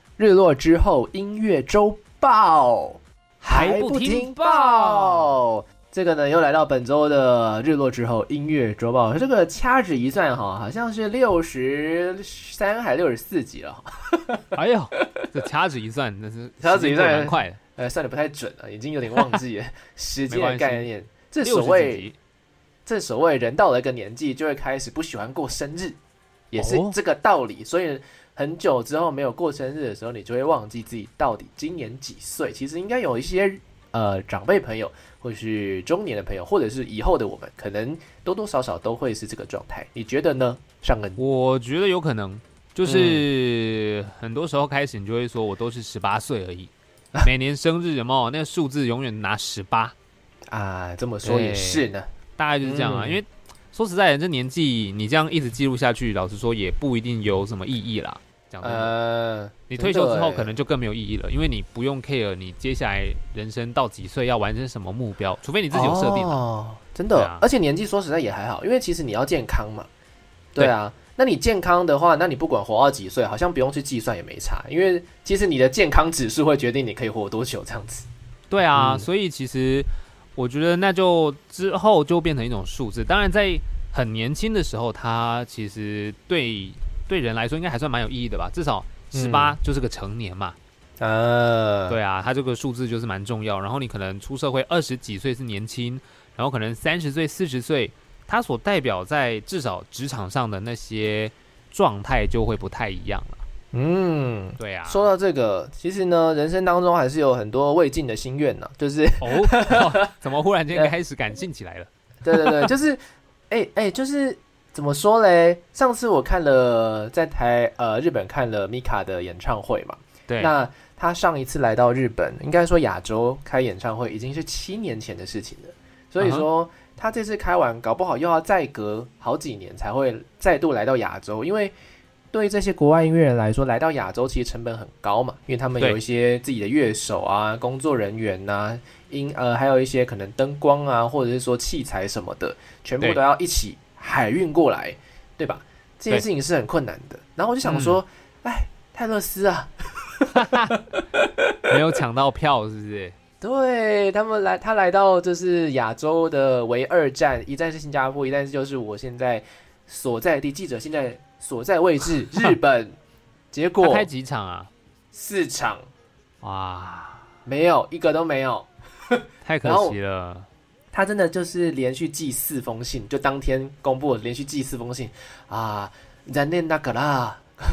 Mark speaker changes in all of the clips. Speaker 1: 日落之后，音乐周报
Speaker 2: 还不听报？
Speaker 1: 这个呢，又来到本周的日落之后音乐周报。 这个掐指一算哈，好像是六十三还六十四集了哈，
Speaker 2: 哎呦，这掐指一算，那是
Speaker 1: 掐指一算
Speaker 2: 时间过得蛮快的，
Speaker 1: 呃，算的不太准了， 已经有点忘记时间的概念。正
Speaker 2: 六
Speaker 1: 所
Speaker 2: 十几
Speaker 1: 谓，
Speaker 2: 集。
Speaker 1: 正所谓人到了一个年纪，就会开始不喜欢过生日，也是
Speaker 2: 哦
Speaker 1: 这个道理。所以很久之后没有过生日的时候，你就会忘记自己到底今年几岁。其实应该有一些呃长辈朋友，或是中年的朋友，或者是以后的我们，可能多多少少都会是这个状态。你觉得呢，尚恩？
Speaker 2: 我觉得有可能，就是很多时候开始，你就会说我都是十八岁 而已。每年生日有没有那个数字永远拿十八，
Speaker 1: 啊，这么说也
Speaker 2: 对
Speaker 1: 是呢。
Speaker 2: 大概就是这样啊。
Speaker 1: 嗯
Speaker 2: 因为说实在的，这年纪你这样一直记录下去，老实说也不一定有什么意义啦。讲真的，
Speaker 1: 呃，
Speaker 2: 你退休
Speaker 1: 真
Speaker 2: 之后
Speaker 1: 的欸
Speaker 2: 可能就更没有意义了，因为你不用 care 你接下来人生到几岁要完成什么目标，除非你自己有设定啊。
Speaker 1: 哦，真的，
Speaker 2: 对啊
Speaker 1: 而且年纪说实在也还好，因为其实你要健康嘛，对啊。那你健康的话，那你不管活到几岁，好像不用去计算也没差，因为其实你的健康指数会决定你可以活多久这样子。
Speaker 2: 对啊，
Speaker 1: 嗯
Speaker 2: 所以其实我觉得那就之后就变成一种数字。当然，在很年轻的时候，它其实对对人来说应该还算蛮有意义的吧，至少。十八
Speaker 1: 嗯
Speaker 2: 就是个成年嘛，
Speaker 1: 呃，
Speaker 2: 对啊，它这个数字就是蛮重要。然后你可能出社会二十几岁是年轻，然后可能三十岁、四十岁，它所代表在至少职场上的那些状态就会不太一样了。
Speaker 1: 嗯。
Speaker 2: 对啊，
Speaker 1: 说到这个，其实呢，人生当中还是有很多未尽的心愿呢、就是
Speaker 2: 哦， 怎么忽然间开始感性起来了？
Speaker 1: 对对对，就是，哎、哎、就是怎么说嘞？上次我看了在台呃日本看了米卡的演唱会嘛，
Speaker 2: 对，
Speaker 1: 那他上一次来到日本，应该说亚洲开演唱会已经是七年前的事情了，所以说、
Speaker 2: 嗯
Speaker 1: 他这次开完，搞不好又要再隔好几年才会再度来到亚洲，因为。对于这些国外音乐人来说，来到亚洲其实成本很高嘛，因为他们
Speaker 2: 对
Speaker 1: 有一些自己的乐手啊、工作人员呐、音呃，还有一些可能灯光啊，或者是说器材什么的，全部
Speaker 2: 对
Speaker 1: 都要一起海运过来，对吧？这件
Speaker 2: 对嗯
Speaker 1: 事情是很困难的。然后我就想说，哎、泰勒斯啊，
Speaker 2: 没有抢到票是不是？
Speaker 1: 对他们来，他来到就是亚洲的为二站，一站是新加坡，一站是就是我现在所在地记者现在所在位 置日本。结
Speaker 2: 他
Speaker 1: 果
Speaker 2: 开几场啊？
Speaker 1: 四场
Speaker 2: 哇，
Speaker 1: 没有一个都没有，
Speaker 2: 太可
Speaker 1: 然后
Speaker 2: 惜了。
Speaker 1: 他真的就是连续寄四封信，就当天公布了连续寄四封信啊，残念だから。 今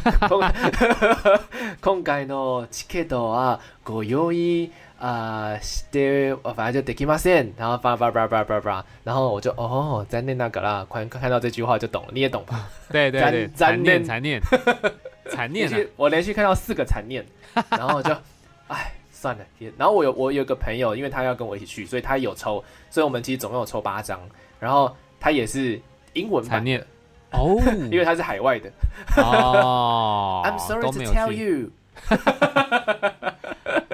Speaker 1: 回のチケットはご用意啊、して反正就できません，然后叭叭叭叭叭叭，然后我就哦，残念だから，看看到这句话就懂了，你也懂吧？
Speaker 2: 对对
Speaker 1: 残
Speaker 2: 对，
Speaker 1: 残
Speaker 2: 残念
Speaker 1: 念
Speaker 2: 残念 残
Speaker 1: 连
Speaker 2: 念啊！
Speaker 1: 续我连续看到四个残念，然后我就哎算了，也然后我有我有个朋友，因为他要跟我一起去，所以他有抽，所以我们其实总共有抽八张，然后他也是英文版的，
Speaker 2: 残念哦，
Speaker 1: 因为他是海外的。
Speaker 2: 哦
Speaker 1: I'm sorry
Speaker 2: 都
Speaker 1: to
Speaker 2: 没
Speaker 1: tell
Speaker 2: 有去，
Speaker 1: you，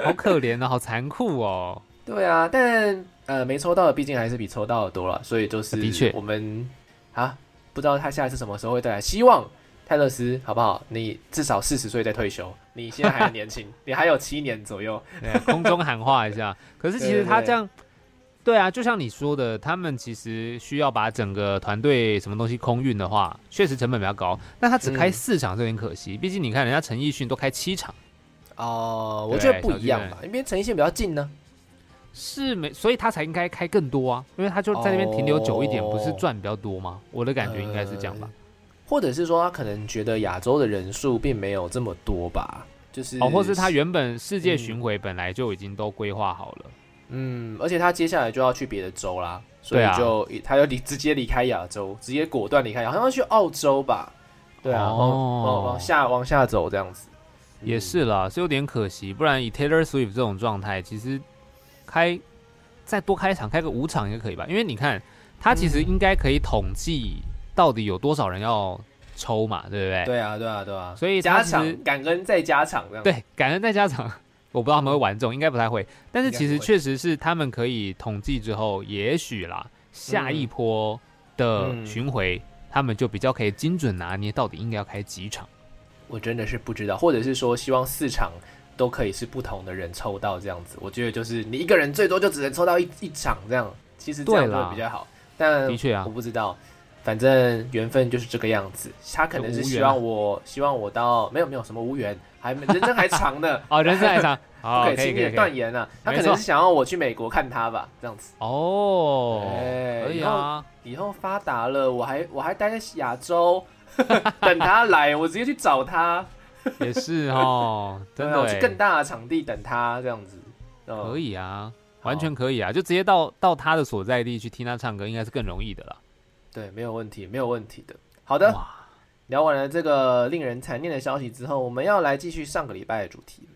Speaker 2: 好可怜啊，好残酷哦。
Speaker 1: 对啊，但呃没抽到的毕竟还是比抽到的多了，所以就是
Speaker 2: 呃的确
Speaker 1: 我们啊不知道他下一次什么时候会带来，希望。泰勒斯，好不好？你至少四十岁再退休，你现在还很年 轻，你还有七年左右。
Speaker 2: 对，啊空中喊话一下。可是其
Speaker 1: 对
Speaker 2: 实
Speaker 1: 对
Speaker 2: 他
Speaker 1: 对
Speaker 2: 这样，对啊，就像你说的，他们其实需要把整个团队什么东西空运的话，确实成本比较高。但他只开
Speaker 1: 嗯
Speaker 2: 四场，这有点可惜。毕竟你看人家陈奕迅都开七场，
Speaker 1: 哦，我
Speaker 2: 对
Speaker 1: 觉得不
Speaker 2: 小
Speaker 1: 一
Speaker 2: 巨
Speaker 1: 样
Speaker 2: 蛋
Speaker 1: 吧，因为陈奕迅比较近呢。
Speaker 2: 是没，所以他才应该开更多啊，因为他就在那边停留久一点，
Speaker 1: 哦
Speaker 2: 不是赚比较多吗？我的感觉应该是这样吧。
Speaker 1: 或者是说他可能觉得亚洲的人数并没有这么多吧，嗯就是
Speaker 2: 哦，或是他原本世界巡回本来就已经都规划好了，
Speaker 1: 嗯，而且他接下来就要去别的州啦，所
Speaker 2: 对
Speaker 1: 以
Speaker 2: 啊
Speaker 1: 就、他就离直接离开亚洲，直接果断离开亚，好像要去澳洲吧？对啊，往
Speaker 2: 哦
Speaker 1: 往往下往下走这样子，嗯
Speaker 2: 也是啦，是有点可惜。不然以 Taylor Swift 这种状态，其实开再多开一场，开个五场也可以吧？因为你看，他其
Speaker 1: 嗯
Speaker 2: 实应该可以统计到底有多少人要抽嘛，对不对？
Speaker 1: 对啊，对啊，对啊，
Speaker 2: 所以
Speaker 1: 加
Speaker 2: 他其实
Speaker 1: 场感恩再加场这样。，
Speaker 2: 对，感恩再加场，我不知道他们会玩这种，应该不太会。但是其实
Speaker 1: 应该不会
Speaker 2: 确实是他们可以统计之后，也许啦，下一波的
Speaker 1: 嗯
Speaker 2: 巡回，他们就比较可以精准拿捏到底应该要开几场。
Speaker 1: 我真的是不知道，或者是说希望四场都可以是不同的人抽到这样子。我觉得就是你一个人最多就只能抽到一一场这样，其实这样
Speaker 2: 对啦
Speaker 1: 会比较好。但
Speaker 2: 的确啊，
Speaker 1: 我，不知道，反正缘分就是这个样子。他可能是希望我，希望我到没有没有什么无缘，还没人生还长呢
Speaker 2: 哦，人生还长，
Speaker 1: 嗯不
Speaker 2: 好，
Speaker 1: 可
Speaker 2: 可
Speaker 1: 以
Speaker 2: 以可
Speaker 1: 轻
Speaker 2: 以可
Speaker 1: 易
Speaker 2: 以。
Speaker 1: 断言啊。他可
Speaker 2: 没错
Speaker 1: 能是想要我去美国看他吧，这样子。
Speaker 2: 哦，
Speaker 1: 哎
Speaker 2: 可以
Speaker 1: 以后
Speaker 2: 啊，
Speaker 1: 以后发达了，我还我还待在亚洲 等他来，我直接去找他，
Speaker 2: 也是哦，
Speaker 1: 对
Speaker 2: 真
Speaker 1: 啊，
Speaker 2: 的
Speaker 1: 我去
Speaker 2: 欸
Speaker 1: 更大的场地等他这样子。嗯
Speaker 2: 可以啊，
Speaker 1: 好
Speaker 2: 完全可以啊，就直接到到他的所在地去听他唱歌，应该是更容易的啦。
Speaker 1: 对，没有问题，没有问题的。好的，
Speaker 2: 哇，
Speaker 1: 聊完了这个令人残念的消息之后，我们要来继续上个礼拜的主题了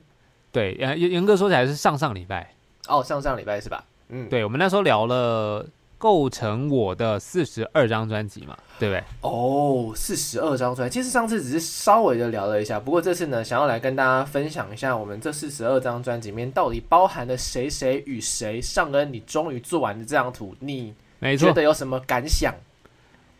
Speaker 2: 对，呃严严格说起来是上上礼拜，
Speaker 1: 哦，上上礼拜是吧？嗯，
Speaker 2: 对我们那时候聊了构成我的四十二张专辑嘛，对不对？
Speaker 1: 哦，四十二张出来。其实上次只是稍微的聊了一下，不过这次呢，想要来跟大家分享一下我们这四十二张专辑里面到底包含了谁谁与谁。上恩，你终于做完了这张图，你
Speaker 2: 没
Speaker 1: 觉
Speaker 2: 错，
Speaker 1: 得有什么感想？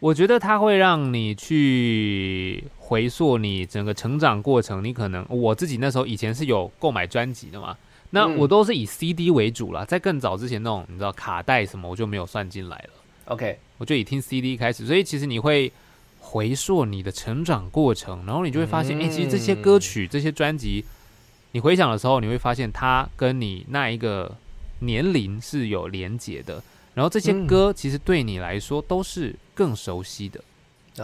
Speaker 2: 我觉得它会让你去回溯你整个成长过程。你可能我自己那时候以前是有购买专辑的嘛，那
Speaker 1: 嗯
Speaker 2: 我都是以 CD 为主啦，在更早之前那种你知道卡带什么我就没有算进来了，
Speaker 1: OK，
Speaker 2: 我就以听 CD 开始。所以其实你会回溯你的成长过程，然后你就会发现，
Speaker 1: 嗯
Speaker 2: 哎、其实这些歌曲、这些专辑，你回想的时候，你会发现它跟你那一个年龄是有连结的。然后这些
Speaker 1: 嗯
Speaker 2: 歌其实对你来说都是更熟悉的。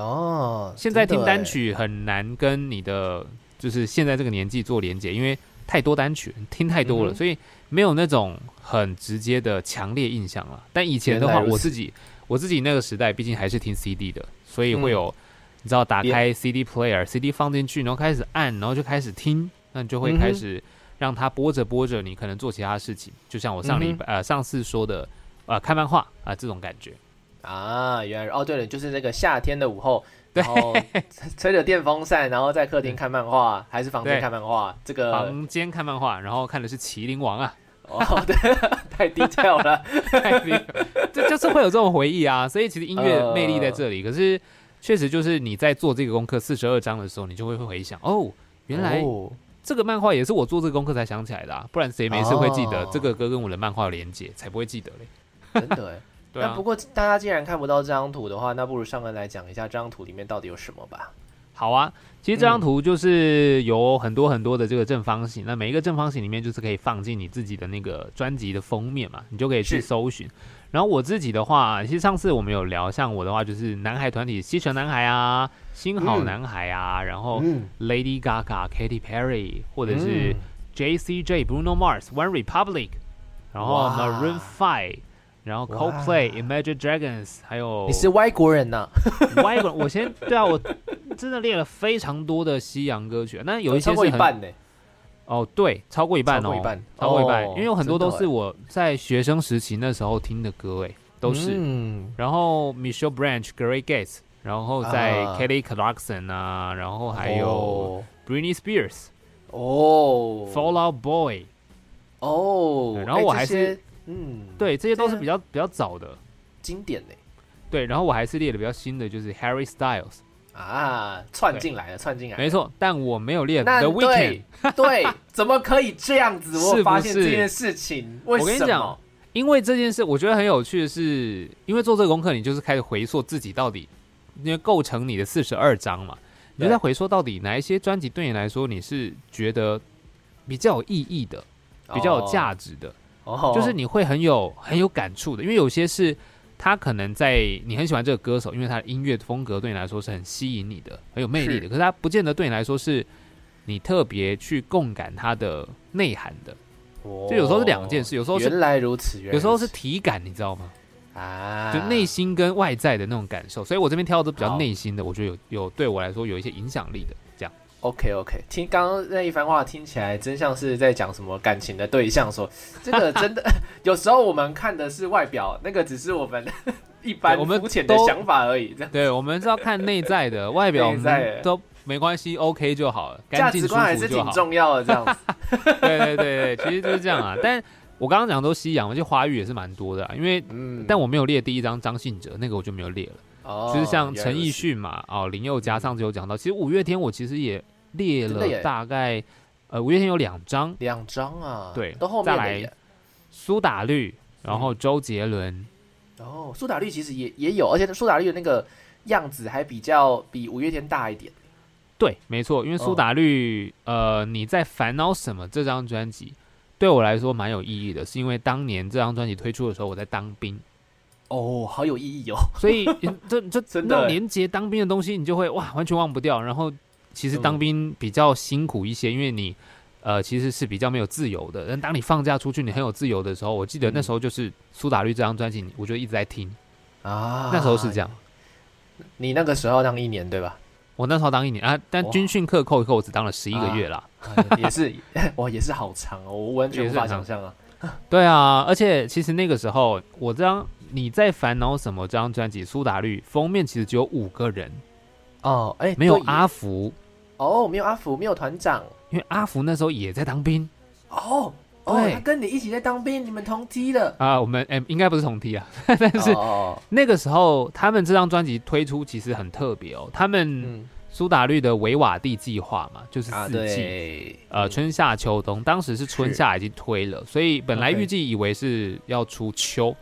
Speaker 1: 哦，
Speaker 2: 现在
Speaker 1: 真
Speaker 2: 听
Speaker 1: 的
Speaker 2: 单
Speaker 1: 欸，
Speaker 2: 曲很难跟你的就是现在这个年纪做连接，因为太多单曲听太多了，
Speaker 1: 嗯哼
Speaker 2: 所以没有那种很直接的强烈印象了。但以前的话，
Speaker 1: 原来如此
Speaker 2: 我自己我自己那个时代，毕竟还是听 CD 的，所以会有、
Speaker 1: 嗯
Speaker 2: 你知道打
Speaker 1: 别
Speaker 2: 开 CD player CD 放进去，然后开始按，然后就开始听，那你就
Speaker 1: 嗯
Speaker 2: 会
Speaker 1: 哼
Speaker 2: 开始让它播着播着，你可能做其他事情，就像我上礼
Speaker 1: 嗯
Speaker 2: 拜、呃上次说的呃看漫画啊、这种感觉。
Speaker 1: 啊，原来哦，对了，就是那个夏天的午后，
Speaker 2: 对
Speaker 1: 然后吹着电风扇，然后在客厅看漫画，还是房间
Speaker 2: 对
Speaker 1: 看漫画，这个
Speaker 2: 房间看漫画，然后看的是《麒麟王》啊，
Speaker 1: 哦，对，太 detail 了。
Speaker 2: 这就是会有这种回忆啊。所以其实音乐
Speaker 1: 呃
Speaker 2: 魅力在这里，可是确实就是你在做这个功课四十二章的时候，你就会回想哦， 原来
Speaker 1: 哦
Speaker 2: 这个漫画也是我做这个功课才想起来的、啊，不然谁没事会记得
Speaker 1: 哦
Speaker 2: 这个歌跟我的漫画有连接，才不会记得嘞。
Speaker 1: 真的哎。
Speaker 2: 对
Speaker 1: 那
Speaker 2: 啊
Speaker 1: 不，过大家既然看不到这张图的话，那不如上恩来讲一下这张图里面到底有什么吧。
Speaker 2: 好啊。其实这张
Speaker 1: 嗯
Speaker 2: 图就是有很多很多的这个正方形，那每一个正方形里面就是可以放进你自己的那个专辑的封面嘛，你就可以去
Speaker 1: 是
Speaker 2: 搜寻。然后我自己的话，其实上次我们有聊，像我的话就是男孩团体西城男孩啊、新好
Speaker 1: 嗯
Speaker 2: 男孩啊，然后
Speaker 1: 嗯，
Speaker 2: Lady Gaga、Katy Perry，或者是
Speaker 1: 嗯
Speaker 2: J.C.J、Bruno Mars、One Republic，然后
Speaker 1: 哇
Speaker 2: Maroon Five，然后
Speaker 1: 哇
Speaker 2: Coldplay、Imagine Dragons，还有
Speaker 1: 你是外国人呐，
Speaker 2: 外国人。我先对啊，我真的列了非常多的西洋歌曲，那 有一些
Speaker 1: 超过
Speaker 2: 是
Speaker 1: 一
Speaker 2: 很
Speaker 1: 半呢，
Speaker 2: 哦，对，超过一半哦，
Speaker 1: 超过一半，
Speaker 2: 超过一半
Speaker 1: 哦
Speaker 2: 因为有很多都是
Speaker 1: 真的
Speaker 2: 我在学生时期那时候听的歌，哎，都是。
Speaker 1: 嗯
Speaker 2: 然后 Michelle Branch、Gary Gates，然后在
Speaker 1: 啊
Speaker 2: Kelly Clarkson 啊，然后还有 Britney Spears、
Speaker 1: 哦
Speaker 2: Fall Out Boy，
Speaker 1: 哦，
Speaker 2: 然后我
Speaker 1: 哎
Speaker 2: 还
Speaker 1: 这些
Speaker 2: 是
Speaker 1: 嗯，
Speaker 2: 对，这些都是
Speaker 1: 这
Speaker 2: 比较比较早的。
Speaker 1: 经典呢
Speaker 2: 对，然后我还是列的比较新的，就是 Harry Styles，
Speaker 1: 啊，窜进来了，窜进来了
Speaker 2: 没。错，但我没有列
Speaker 1: 那
Speaker 2: The
Speaker 1: 对
Speaker 2: Weeknd，
Speaker 1: 对，怎么可以这样子？
Speaker 2: 是
Speaker 1: 我
Speaker 2: 不
Speaker 1: 发现
Speaker 2: 是
Speaker 1: 这件事情，为
Speaker 2: 我跟你
Speaker 1: 什
Speaker 2: 讲
Speaker 1: 么？
Speaker 2: 因为这件事我觉得很有趣的是，因为做这个功课，你就是开始回溯自己到底，因为构成你的四十二章嘛，你就
Speaker 1: 对
Speaker 2: 在回溯到底哪一些专辑对你来说你是觉得比较有意义的、比较有价值的，
Speaker 1: 哦，
Speaker 2: 就是你会很有很有感触的，因为有些是他可能在你很喜欢这个歌手，因为他的音乐风格对你来说是很吸引你的、很有魅力的，
Speaker 1: 是
Speaker 2: 可是他不见得对你来说是你特别去共感它的内涵的，
Speaker 1: 哦
Speaker 2: 就有时候是两件事有时候是
Speaker 1: 原来如此，原来
Speaker 2: 有时候
Speaker 1: 如
Speaker 2: 是
Speaker 1: 此
Speaker 2: 体感，你知道吗？
Speaker 1: 啊，
Speaker 2: 就内心跟外在的那种感受，所以我这边挑的都比较
Speaker 1: 好
Speaker 2: 内心的，我觉得有有对我来说有一些影响力的这样。
Speaker 1: OK OK，听刚刚那一番话听起来真像是在讲什么感情的对象说， 这个真的有时候我们看的是外表，那个只是我们 一般
Speaker 2: 我们
Speaker 1: 肤浅的
Speaker 2: 都
Speaker 1: 想法而已。这样
Speaker 2: 对，我们是要看内在的，外表我
Speaker 1: 内在
Speaker 2: 们都没关系，OK 就好了，
Speaker 1: 价
Speaker 2: 干净
Speaker 1: 值
Speaker 2: 舒
Speaker 1: 观还
Speaker 2: 服
Speaker 1: 是
Speaker 2: 就
Speaker 1: 挺
Speaker 2: 好。
Speaker 1: 重要的，这样子。
Speaker 2: 对对对对，其实就是这样啊。 但我刚刚讲都西洋，我觉得华语也是蛮多的、啊，因为
Speaker 1: 嗯，
Speaker 2: 但我没有列第一张张信哲，那个我就没有列了。
Speaker 1: 哦
Speaker 2: 就是像陈奕，
Speaker 1: 原
Speaker 2: 迅嘛，哦，林宥嘉上次有讲到，其实五月天我其实也列
Speaker 1: 真的耶
Speaker 2: 了大概，呃，五月天有两张，
Speaker 1: 来如此两张啊，
Speaker 2: 对
Speaker 1: 都后面
Speaker 2: 再
Speaker 1: 的
Speaker 2: 来
Speaker 1: 耶。
Speaker 2: 苏打绿，然
Speaker 1: 嗯
Speaker 2: 后周杰伦，
Speaker 1: 哦，苏打绿其实也也有，而且苏打绿的那个样子还比较比五月天大一点。
Speaker 2: 对，没错，因为
Speaker 1: 哦
Speaker 2: 苏打绿，呃，你在烦恼什么这张专辑。对我来说蛮有意义的，是因为当年这张专辑推出的时候我在当兵，
Speaker 1: 哦，好有意义哦。
Speaker 2: 所以嗯这这
Speaker 1: 真的
Speaker 2: 那种
Speaker 1: 耶
Speaker 2: 连接当兵的东西，你就会哇完全忘不掉。然后其实
Speaker 1: 嗯
Speaker 2: 当兵比较辛苦一些，因为你呃其实是比较没有自由的。但当你放假出去，你很有自由的时候，我记得
Speaker 1: 嗯
Speaker 2: 那时候就是苏打绿这张专辑，我就一直在听。
Speaker 1: 啊，
Speaker 2: 那时候是这样，
Speaker 1: 你那个时候当一年 对吧？
Speaker 2: 我那时候当一年啊，但
Speaker 1: 哇
Speaker 2: 军训课扣一扣，我只当了十一个月啦。
Speaker 1: 哎也是， 哇，也是好长哦，我完全无法
Speaker 2: 也是
Speaker 1: 想
Speaker 2: 很长
Speaker 1: 象啊。
Speaker 2: 对啊，而且其实那个时候我这张《你在烦恼什么》这张专辑，苏打绿封面其实只有五个人，
Speaker 1: 哦，哎，
Speaker 2: 没有
Speaker 1: 对耶
Speaker 2: 阿福，
Speaker 1: 哦，没有阿福，没有团长，
Speaker 2: 因为阿福那时候也在当兵。
Speaker 1: 哦。哦，
Speaker 2: 对
Speaker 1: 他跟你一起在当兵，你们同梯的，
Speaker 2: 啊，我们哎、应该不是同梯 啊， 但是
Speaker 1: 哦，
Speaker 2: 那个时候他们这张专辑推出其实很特别哦。他们
Speaker 1: 嗯
Speaker 2: 苏打绿的维瓦蒂计划嘛，就是
Speaker 1: 啊，
Speaker 2: 四季，
Speaker 1: 对，
Speaker 2: 嗯呃，
Speaker 1: 嗯
Speaker 2: 春夏秋冬，当时是春
Speaker 1: 是
Speaker 2: 夏已经推了，所以本来
Speaker 1: OK
Speaker 2: 预计以为是要出秋，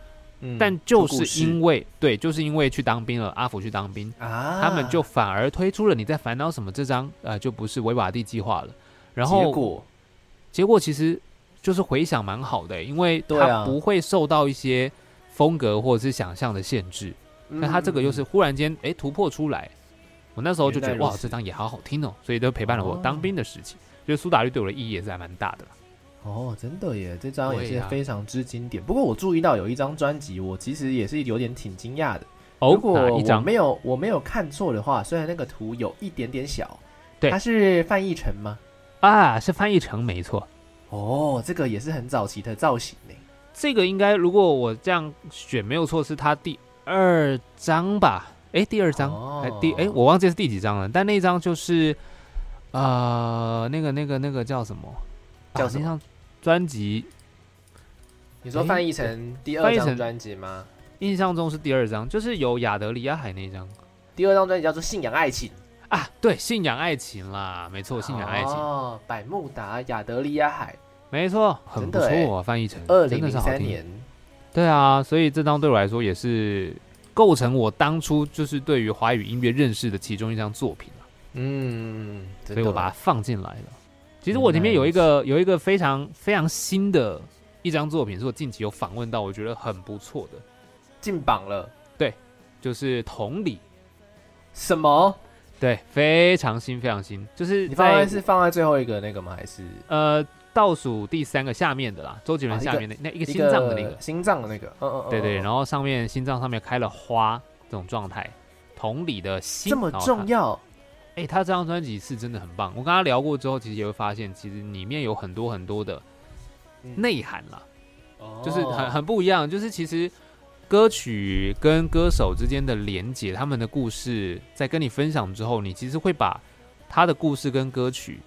Speaker 1: 嗯
Speaker 2: 但
Speaker 1: 出
Speaker 2: 就
Speaker 1: 故
Speaker 2: 是
Speaker 1: 事
Speaker 2: 因为对，就是因为去当兵了，阿福去当兵，
Speaker 1: 啊，
Speaker 2: 他们就反而推出了《你在烦恼什么》这张，呃，就不是维瓦蒂计划了。然
Speaker 1: 结
Speaker 2: 后
Speaker 1: 果
Speaker 2: 结果其实就是回想蛮好的、因为
Speaker 1: 对啊
Speaker 2: 它不会受到一些风格或者是想象的限制。
Speaker 1: 嗯
Speaker 2: 那、它这个又是忽然间哎、诶突破出来，我那时候就觉得
Speaker 1: 原来如
Speaker 2: 哇
Speaker 1: 此
Speaker 2: 这张也好好听哦、所以都陪伴了我
Speaker 1: 哦
Speaker 2: 当兵的时期。所以苏打绿对我的意义也是还蛮大的啦。
Speaker 1: 哦，真的耶，这张也
Speaker 2: 对
Speaker 1: 是
Speaker 2: 啊
Speaker 1: 非常之经典。不过我注意到有一张专辑，我其实也是有点挺惊讶的。
Speaker 2: 哦
Speaker 1: 如，果
Speaker 2: 哪
Speaker 1: 我
Speaker 2: 一张？
Speaker 1: 没有我没有看错的话，虽然那个图有一点点小，
Speaker 2: 对
Speaker 1: 它是范逸臣吗？
Speaker 2: 啊，是翻译成没错。
Speaker 1: 哦，这个也是很早期的造型呢。
Speaker 2: 这个应该如果我这样选没有错，是它第二张吧？哎，第二张，
Speaker 1: 哦
Speaker 2: 哎、第哎，我忘记是第几张了，但那一张就是呃，那个那个那个叫什么？
Speaker 1: 叫
Speaker 2: 啊
Speaker 1: 什么
Speaker 2: 那张专辑
Speaker 1: 你说
Speaker 2: 诶
Speaker 1: 范逸臣第
Speaker 2: 范
Speaker 1: 二
Speaker 2: 逸
Speaker 1: 张
Speaker 2: 臣
Speaker 1: 专辑吗？
Speaker 2: 印象中是第二张，就是有亚德里亚海那张
Speaker 1: 第二张专辑叫做《信仰爱情》。
Speaker 2: 啊，对，信仰爱情啦，没错，信仰爱情，
Speaker 1: 哦，百慕达、亚得里亚海，
Speaker 2: 没错，很
Speaker 1: 真
Speaker 2: 不
Speaker 1: 的
Speaker 2: 错、啊，翻译成
Speaker 1: 二
Speaker 2: 真
Speaker 1: 零
Speaker 2: 的是
Speaker 1: 零
Speaker 2: 好
Speaker 1: 三
Speaker 2: 听，
Speaker 1: 年。
Speaker 2: 对啊，所以这张对我来说也是构成我当初就是对于华语音乐认识的其中一张作品啊
Speaker 1: 嗯，真
Speaker 2: 所以
Speaker 1: 的
Speaker 2: 我把它放进来了。其实
Speaker 1: 原
Speaker 2: 我里
Speaker 1: 来
Speaker 2: 面有
Speaker 1: 如
Speaker 2: 一个有一个非常非常新的一张作品，是我近期有访问到，我觉得很不错的，
Speaker 1: 进榜了。
Speaker 2: 就是《同理》，
Speaker 1: 什么？
Speaker 2: 对，非常新，非常新，就是
Speaker 1: 你放在
Speaker 2: 在
Speaker 1: 是放在最后一个那个吗？还是
Speaker 2: 呃倒数第三个下面的啦，周杰伦
Speaker 1: 啊一
Speaker 2: 下
Speaker 1: 个
Speaker 2: 面那那一个心脏的那个，
Speaker 1: 心脏的那个，嗯嗯嗯，
Speaker 2: 对对，
Speaker 1: 嗯
Speaker 2: 然后上面心脏上面开了花这种状态，同理的心
Speaker 1: 这么重
Speaker 2: 要。
Speaker 1: 要，
Speaker 2: 哎、他这张专辑是真的很棒。我跟他聊过之后，其实也会发现，其实里面有很多很多的
Speaker 1: 嗯
Speaker 2: 内涵啦。
Speaker 1: 哦
Speaker 2: 就是很很不一样。就是其实歌曲跟歌手之间的连接，他们的故事在跟你分享之后，你其实会把他的故事跟歌曲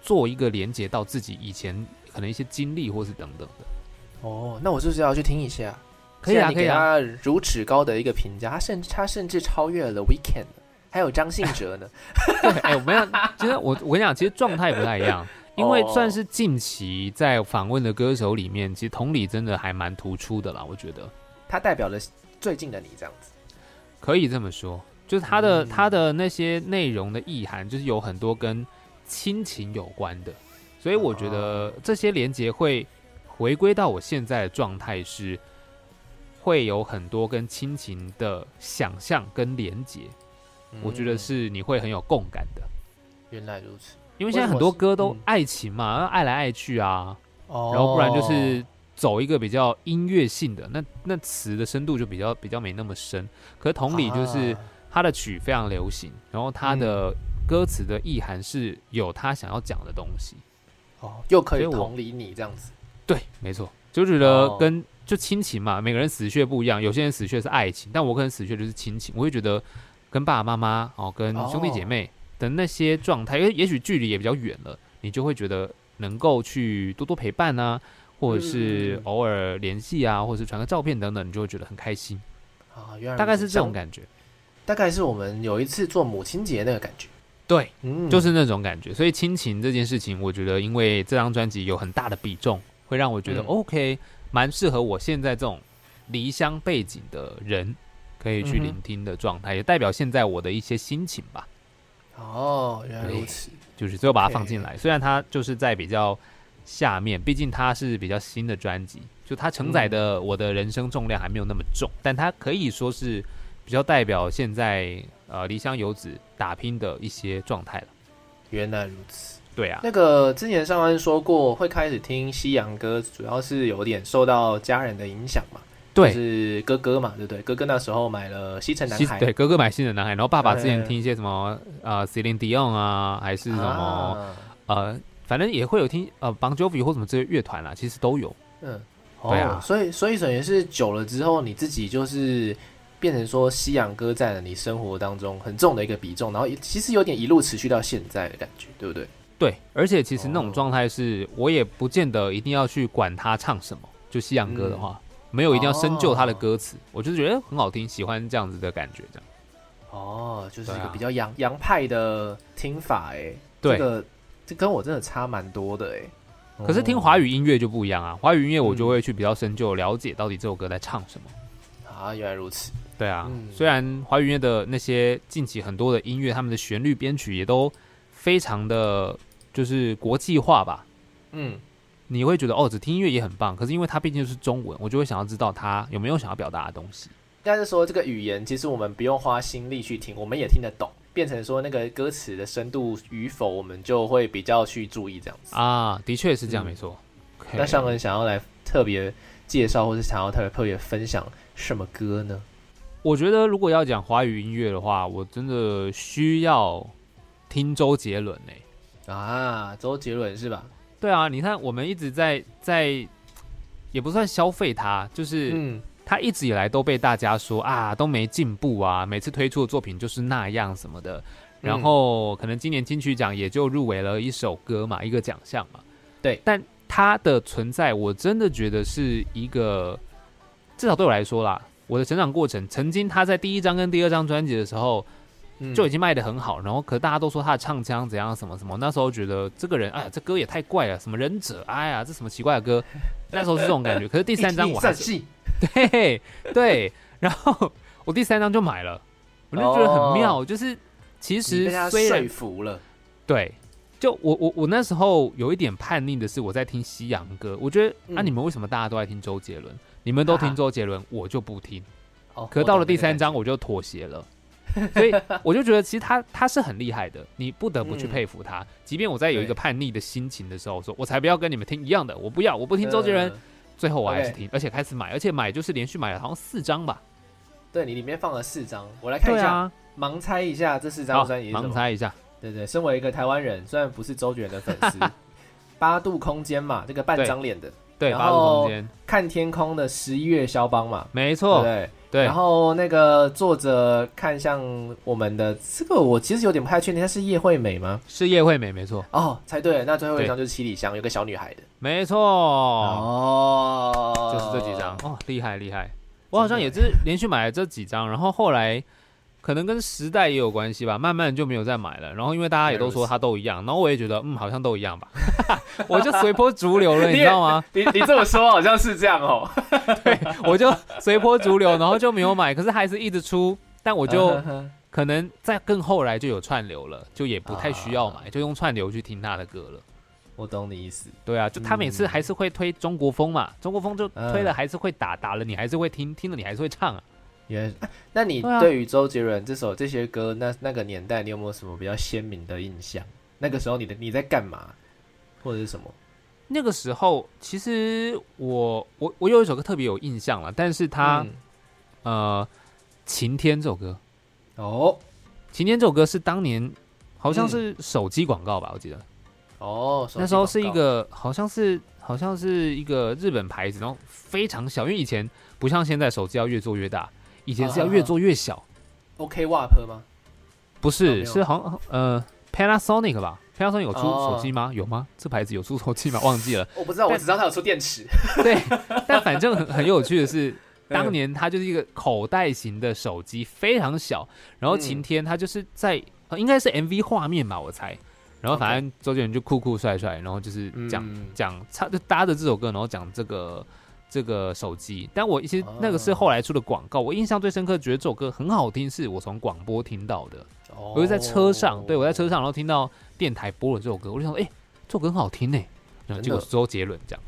Speaker 2: 做一个连接到自己以前可能一些经历或是等等的。
Speaker 1: 哦，那我是不是要去听一下？
Speaker 2: 可以啊，
Speaker 1: 既
Speaker 2: 可
Speaker 1: 然你
Speaker 2: 以啊。
Speaker 1: 给他如此高的一个评价，他甚至他甚至超越了 Weekend，还有张信哲 呢。
Speaker 2: 对，哎、我们要，其实我我跟你讲，其实状态不太 一样。因为
Speaker 1: 哦
Speaker 2: 算是近期在访问的歌手里面，其实同理真的还蛮突出的啦，我觉得。
Speaker 1: 他代表了最近的你这样子。
Speaker 2: 可以这么说，就是他的、
Speaker 1: 嗯
Speaker 2: 他的那些内容的意涵，就是有很多跟亲情有关的，所以我觉得
Speaker 1: 哦
Speaker 2: 这些连接会回归到我现在的状态是，会有很多跟亲情的想象跟连接，我觉得
Speaker 1: 嗯，
Speaker 2: 是你会很有共感的，
Speaker 1: 原来如此。
Speaker 2: 因为现在很多歌都
Speaker 1: 嗯
Speaker 2: 爱情嘛，爱来爱去啊，
Speaker 1: 哦
Speaker 2: 然后不然就是走一个比较音乐性的，那那词的深度就比较比较没那么深，可同理就是。
Speaker 1: 啊
Speaker 2: 他的曲非常流行，然后他的歌词的意涵是有他想要讲的东西。
Speaker 1: 哦，又可以
Speaker 2: 所以我
Speaker 1: 同理你这样子，
Speaker 2: 对，没错，就觉得
Speaker 1: 哦
Speaker 2: 跟、就亲情嘛，每个人死穴不一样，有些人死穴是爱情，但我可能死穴就是亲情，我会觉得跟爸爸妈妈哦，跟兄弟姐
Speaker 1: 哦
Speaker 2: 妹的那些状态，因为也许距离也比较远了，你就会觉得能够去多多陪伴啊，或
Speaker 1: 嗯
Speaker 2: 者
Speaker 1: 嗯
Speaker 2: 是
Speaker 1: 嗯
Speaker 2: 偶尔联系啊，或者是传个照片等等，你就会觉得很开心，
Speaker 1: 啊，原来
Speaker 2: 大概是
Speaker 1: 如此
Speaker 2: 这种
Speaker 1: 像
Speaker 2: 感觉。
Speaker 1: 大概是我们有一次做母亲节那个感觉，
Speaker 2: 对，
Speaker 1: 嗯，
Speaker 2: 就是那种感觉。所以亲情这件事情，我觉得因为这张专辑有很大的比重，会让我觉得、
Speaker 1: 嗯
Speaker 2: OK，蛮适合我现在这种离乡背景的人可以去
Speaker 1: 嗯哼
Speaker 2: 聆听的状态，也代表现在我的一些心情吧。
Speaker 1: 哦，原来如此，
Speaker 2: 就是最后把它放进来，虽然它就是在比较下面，毕竟它是比较新的专辑，就它承载的
Speaker 1: 嗯
Speaker 2: 我的人生重量还没有那么重，但它可以说是比较代表现在呃离乡游子打拼的一些状态了。
Speaker 1: 原来如此。
Speaker 2: 对啊，
Speaker 1: 那个之前上岸说过，会开始听西洋歌，主要是有点受到家人的影响嘛，
Speaker 2: 对，
Speaker 1: 就是哥哥嘛，对不对？哥哥那时候买了《西城男
Speaker 2: 西
Speaker 1: 孩》
Speaker 2: 对哥哥买新的男孩，然后爸爸
Speaker 1: 对
Speaker 2: 之前听一些什么呃 Celine Dion 啊，还是什么、
Speaker 1: 啊
Speaker 2: 呃，反正也会有听呃 Bon Jovi 或什么这些乐团啦，其实都有。
Speaker 1: 嗯，
Speaker 2: 对啊
Speaker 1: 哦，所以所以等于是久了之后，你自己就是变成说西洋歌占了你生活当中很重的一个比重，然后也其实有点一路持续到现在的感觉，对不对？
Speaker 2: 对，而且其实那种
Speaker 1: 哦
Speaker 2: 状态是、我也不见得一定要去管他唱什么，就西洋歌的话，
Speaker 1: 嗯
Speaker 2: 没有一定要深究他的歌词，我就是觉得很好听，喜欢这样子的感觉，这样。
Speaker 1: 哦，就是一
Speaker 2: 对
Speaker 1: 个
Speaker 2: 啊
Speaker 1: 比较洋、洋派的听法，哎，
Speaker 2: 对，
Speaker 1: 这个这跟我真的差蛮多的，哎。
Speaker 2: 可是听华
Speaker 1: 语、
Speaker 2: 语音乐就不一样啊，华语音乐我就会去比较深究了解到底这首歌在唱什么。
Speaker 1: 啊，原来如此，
Speaker 2: 对啊，
Speaker 1: 嗯
Speaker 2: 虽然华语乐的那些近期很多的音乐，他们的旋律编曲也都非常的就是国际化吧，
Speaker 1: 嗯，
Speaker 2: 你会觉得哦，只听音乐也很棒。可是因为它毕竟是中文，我就会想要知道它有没有想要表达的东西。
Speaker 1: 应该是说这个语言其实我们不用花心力去听，我们也听得懂，变成说那个歌词的深度与否，我们就会比较去注意这样子。
Speaker 2: 啊，的确是这样，
Speaker 1: 嗯
Speaker 2: 没错。OK
Speaker 1: 那上恩想要来特别介绍，或是想要特别特别分享什么歌呢？
Speaker 2: 我觉得如果要讲华语音乐的话，我真的需要听周杰伦诶、
Speaker 1: 啊，周杰伦是吧？
Speaker 2: 对啊，你看我们一直在在，也不算消费他，就是
Speaker 1: 嗯，
Speaker 2: 他一直以来都被大家说啊都没进步啊，每次推出的作品就是那样什么的。
Speaker 1: 嗯
Speaker 2: 然后可能今年金曲奖也就入围了一首歌嘛，一个奖项嘛。
Speaker 1: 对
Speaker 2: 但他的存在，我真的觉得是一个，至少对我来说啦，我的成长过程，曾经他在第一张跟第二张专辑的时候
Speaker 1: 嗯
Speaker 2: 就已经卖得很好，然后可大家都说他的唱腔怎样什么什么，那时候觉得这个人，哎呀，这歌也太怪了，什么忍者，哎呀，这什么奇怪的歌，那时候是这种感觉。可是第
Speaker 1: 第
Speaker 2: 三张我还
Speaker 1: 哎算
Speaker 2: 是
Speaker 1: 戏
Speaker 2: 嘿嘿，对，然后我第三张就买了，我就觉得很妙，就是
Speaker 1: 哦
Speaker 2: 其
Speaker 1: 你
Speaker 2: 实
Speaker 1: 被他
Speaker 2: 虽然
Speaker 1: 说服了，
Speaker 2: 对，就我我我那时候有一点叛逆的是我在听西洋歌，我觉得那、啊
Speaker 1: 嗯
Speaker 2: 你们为什么大家都在听周杰伦？你们都听
Speaker 1: 啊
Speaker 2: 周杰伦，我就不听。
Speaker 1: 哦，
Speaker 2: 可到了第三章，我就妥协了。所以 我就觉得，其实他他是很厉害的，你不得不去
Speaker 1: 嗯
Speaker 2: 佩服他。即便我在有一
Speaker 1: 对
Speaker 2: 个叛逆的心情的时候，说我才不要跟你们听一样的，我不要，我不
Speaker 1: 我懂你
Speaker 2: 听
Speaker 1: 的感觉
Speaker 2: 周杰伦。
Speaker 1: 呃
Speaker 2: 最后我还是
Speaker 1: OK
Speaker 2: 听，而且开始买，而且买就是连续买了好像四张吧。
Speaker 1: 对你里面放了四张，我来看
Speaker 2: 对
Speaker 1: 一下，
Speaker 2: 啊，
Speaker 1: 盲猜一下这四
Speaker 2: 好，
Speaker 1: 张专辑是什
Speaker 2: 盲
Speaker 1: 么？
Speaker 2: 猜一下，
Speaker 1: 对对，身为一个台湾人，虽然不是周杰伦的粉 丝，八度空间嘛，这个半
Speaker 2: 对
Speaker 1: 张脸的，
Speaker 2: 对，
Speaker 1: 然
Speaker 2: 八度
Speaker 1: 后
Speaker 2: 空间，
Speaker 1: 看天空的十一月肖邦嘛，
Speaker 2: 没
Speaker 1: 对不
Speaker 2: 错，
Speaker 1: 对？
Speaker 2: 对
Speaker 1: 然，后那个作者看向我们的这个，我其实有点不太确定，他是叶惠美吗？
Speaker 2: 是叶惠美，没错，
Speaker 1: 哦，猜对了，那最后一张就是七里香，有个小女孩的。
Speaker 2: 没错，
Speaker 1: 哦，
Speaker 2: 就是这几张，哦，厉害厉害。我好像也是连续买了这几张，然后后来可能跟时代也有关系吧，慢慢就没有再买了。然后因为大家也都说它都一样，然后我也觉得嗯，好像都一 样吧，我就随波逐流了，你知道吗？
Speaker 1: 你你这么说好像是这样哦。
Speaker 2: 我就随波逐流，然后就没有买，可是还是一直出。但我
Speaker 1: 我
Speaker 2: 就可能在更后来就有串流了，就也不太需要买，就用串流去听他的歌了。
Speaker 1: 我懂你意思。
Speaker 2: 对啊，就他每次还是会推中国风嘛，中国风就推了
Speaker 1: 嗯
Speaker 2: 还是会打，打了你还是会听，听了你还是会唱啊。
Speaker 1: 原来，那你
Speaker 2: 对啊
Speaker 1: 对于周杰伦这首这些歌，那那个年代，你有没有什么比较鲜明的印象？那个时候你的你在干嘛，或者是什么？
Speaker 2: 那个时候，其实我我我有一首歌特别有印象了，但是它、
Speaker 1: 嗯
Speaker 2: 呃，《晴天》这首歌，
Speaker 1: 哦，
Speaker 2: 《晴天》这首歌是当年好像是手机广告吧，我记得
Speaker 1: 哦，嗯手机
Speaker 2: 那时候是一
Speaker 1: 广告
Speaker 2: 个好像是好像是一个日本牌子，然后非常小，因为以前不像现在手机要越做越大，以前是
Speaker 1: 啊
Speaker 2: 要越做越小，
Speaker 1: OK WAP 吗？
Speaker 2: 不
Speaker 1: 哦没
Speaker 2: 是
Speaker 1: 有
Speaker 2: 是好像呃 Panasonic 吧？Panasonic 有出
Speaker 1: 哦
Speaker 2: 手机吗？有吗？这牌子有出手机吗？ 忘记了。
Speaker 1: 我不知道，我
Speaker 2: 但
Speaker 1: 只知道它有出电池。
Speaker 2: 对，但反正很很有趣的是，当
Speaker 1: 嗯
Speaker 2: 年它就是一个口袋型的手机，非常小。然后晴
Speaker 1: 嗯
Speaker 2: 天它就是在、呃应该是 MV 画面吧，我猜。然后反正周杰伦就酷酷帅帅，然后就是讲、
Speaker 1: 嗯
Speaker 2: 讲插就搭着这首歌，然后讲这个这个手机。但我其实
Speaker 1: 哦
Speaker 2: 那个是后来出的广告，我印象最深刻，觉得这首歌很好听，是我从广播听到的。
Speaker 1: 哦
Speaker 2: 我就在车上，对我在车上，然后听到电台播了这首歌，我就想说，哎、这首歌很好听呢、然后结
Speaker 1: 真的
Speaker 2: 果是周杰伦这样。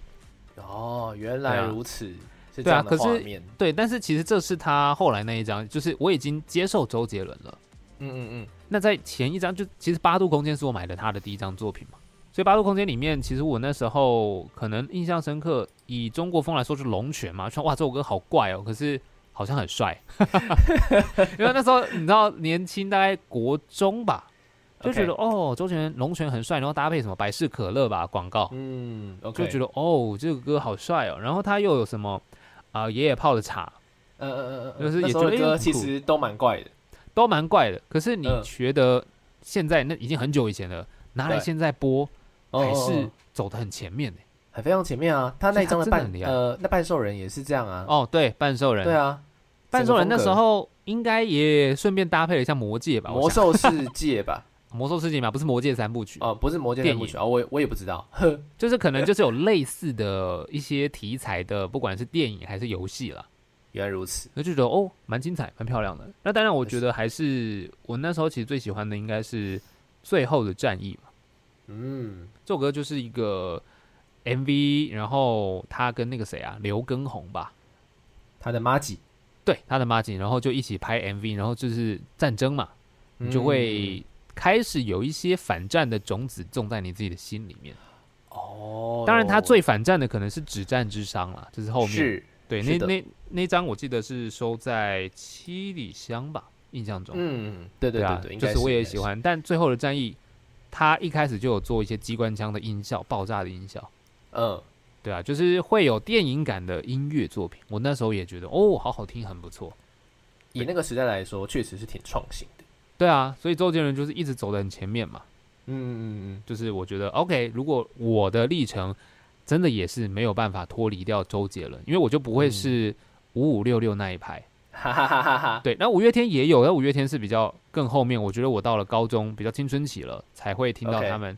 Speaker 1: 哦，原
Speaker 2: 对
Speaker 1: 来
Speaker 2: 啊
Speaker 1: 如此，是这
Speaker 2: 对啊
Speaker 1: 样的
Speaker 2: 可
Speaker 1: 画
Speaker 2: 是
Speaker 1: 面。
Speaker 2: 对，但是其实这是他后来那一张，就是我已经接受周杰伦了。
Speaker 1: 嗯嗯嗯，
Speaker 2: 那在前一张就其实《八度空间》是我买的他的第一张作品嘛，所以《八度空间》里面，其实我那时候可能印象深刻，以中国风来说是《龙泉》嘛，说哇这首歌好怪哦，可是好像很帅， 因为那时候你知道年轻，大概国中吧，就觉得哦周杰伦《龙泉》很帅，然后搭配什么百事可乐吧广告，
Speaker 1: 嗯，OK，
Speaker 2: 就觉
Speaker 1: 得，
Speaker 2: 得哦这个歌好帅哦，然后他又有什么啊、爷爷泡的茶。
Speaker 1: 嗯嗯嗯嗯，
Speaker 2: 就是
Speaker 1: 那
Speaker 2: 也
Speaker 1: 时候
Speaker 2: 觉
Speaker 1: 的
Speaker 2: 得
Speaker 1: 歌
Speaker 2: 哎
Speaker 1: 其
Speaker 2: 很酷
Speaker 1: 实都蛮怪的。
Speaker 2: 都蛮怪的。可是你
Speaker 1: 嗯
Speaker 2: 觉得现在那已经很久以前了，拿来
Speaker 1: 对
Speaker 2: 现在播
Speaker 1: 哦
Speaker 2: 还
Speaker 1: 哦
Speaker 2: 是
Speaker 1: 哦
Speaker 2: 走的很前面呢、
Speaker 1: 很非常前面啊，他
Speaker 2: 所
Speaker 1: 那
Speaker 2: 以
Speaker 1: 一张的
Speaker 2: 他真的
Speaker 1: 半
Speaker 2: 很厉害
Speaker 1: 呃，那半兽人也是这样啊。
Speaker 2: 哦，对，半兽人，
Speaker 1: 对，啊，
Speaker 2: 半兽
Speaker 1: 整
Speaker 2: 人那
Speaker 1: 个风格
Speaker 2: 时候应该也顺便搭配了一下魔戒吧？
Speaker 1: 魔
Speaker 2: 我想
Speaker 1: 兽 世界吧？
Speaker 2: 魔兽世界嘛，不是魔戒三部曲，
Speaker 1: 哦，不是魔戒
Speaker 2: 电
Speaker 1: 三部
Speaker 2: 影
Speaker 1: 曲啊，我也我也不知道。
Speaker 2: 就是可能就是有类似的一些题材的，不管是电影还是游戏啦。
Speaker 1: 原来如此，
Speaker 2: 那就觉得哦，蛮精彩，蛮漂亮的。那当然，我觉得还是我那时候其实最喜欢的应该是《最后的战役》嘛。
Speaker 1: 嗯，
Speaker 2: 这首歌就是一个 MV，然后他跟那个谁啊，刘畊宏吧，
Speaker 1: 他的妈吉
Speaker 2: 对，他的妈吉，然后就一起拍 MV，然后就是战争嘛，你就
Speaker 1: 嗯
Speaker 2: 会开始有一些反战的种子种在你自己的心里面。
Speaker 1: 哦。
Speaker 2: 当然，他最反战的可能是止战之殇啦，就是后面
Speaker 1: 是
Speaker 2: 对
Speaker 1: 是
Speaker 2: 那
Speaker 1: 的
Speaker 2: 那那张我记得是收在七里香吧，印象中，
Speaker 1: 嗯，对对
Speaker 2: 啊
Speaker 1: 对，应，
Speaker 2: 就
Speaker 1: 该
Speaker 2: 我也
Speaker 1: 应该
Speaker 2: 喜欢，但最后的战役，他一开始就有做一些机关枪的音效、爆炸的音效。
Speaker 1: 嗯，
Speaker 2: 对啊，就是会有电影感的音乐作品。我那时候也觉得，哦，好好听，很不错。
Speaker 1: 以那个时代来说，确实是挺创新的。
Speaker 2: 对啊，所以周杰伦就是一直走得很前面嘛。
Speaker 1: 嗯嗯嗯
Speaker 2: 就是我觉得，OK，如果我的历程真的也是没有办法脱离掉周杰伦，因为我就不会是五五六六那一派。
Speaker 1: 嗯，哈哈哈哈哈。
Speaker 2: 对，那五月天也有，但五月天是比较更后面。我觉得我到了高中，比较青春期了，才会听到
Speaker 1: OK
Speaker 2: 他们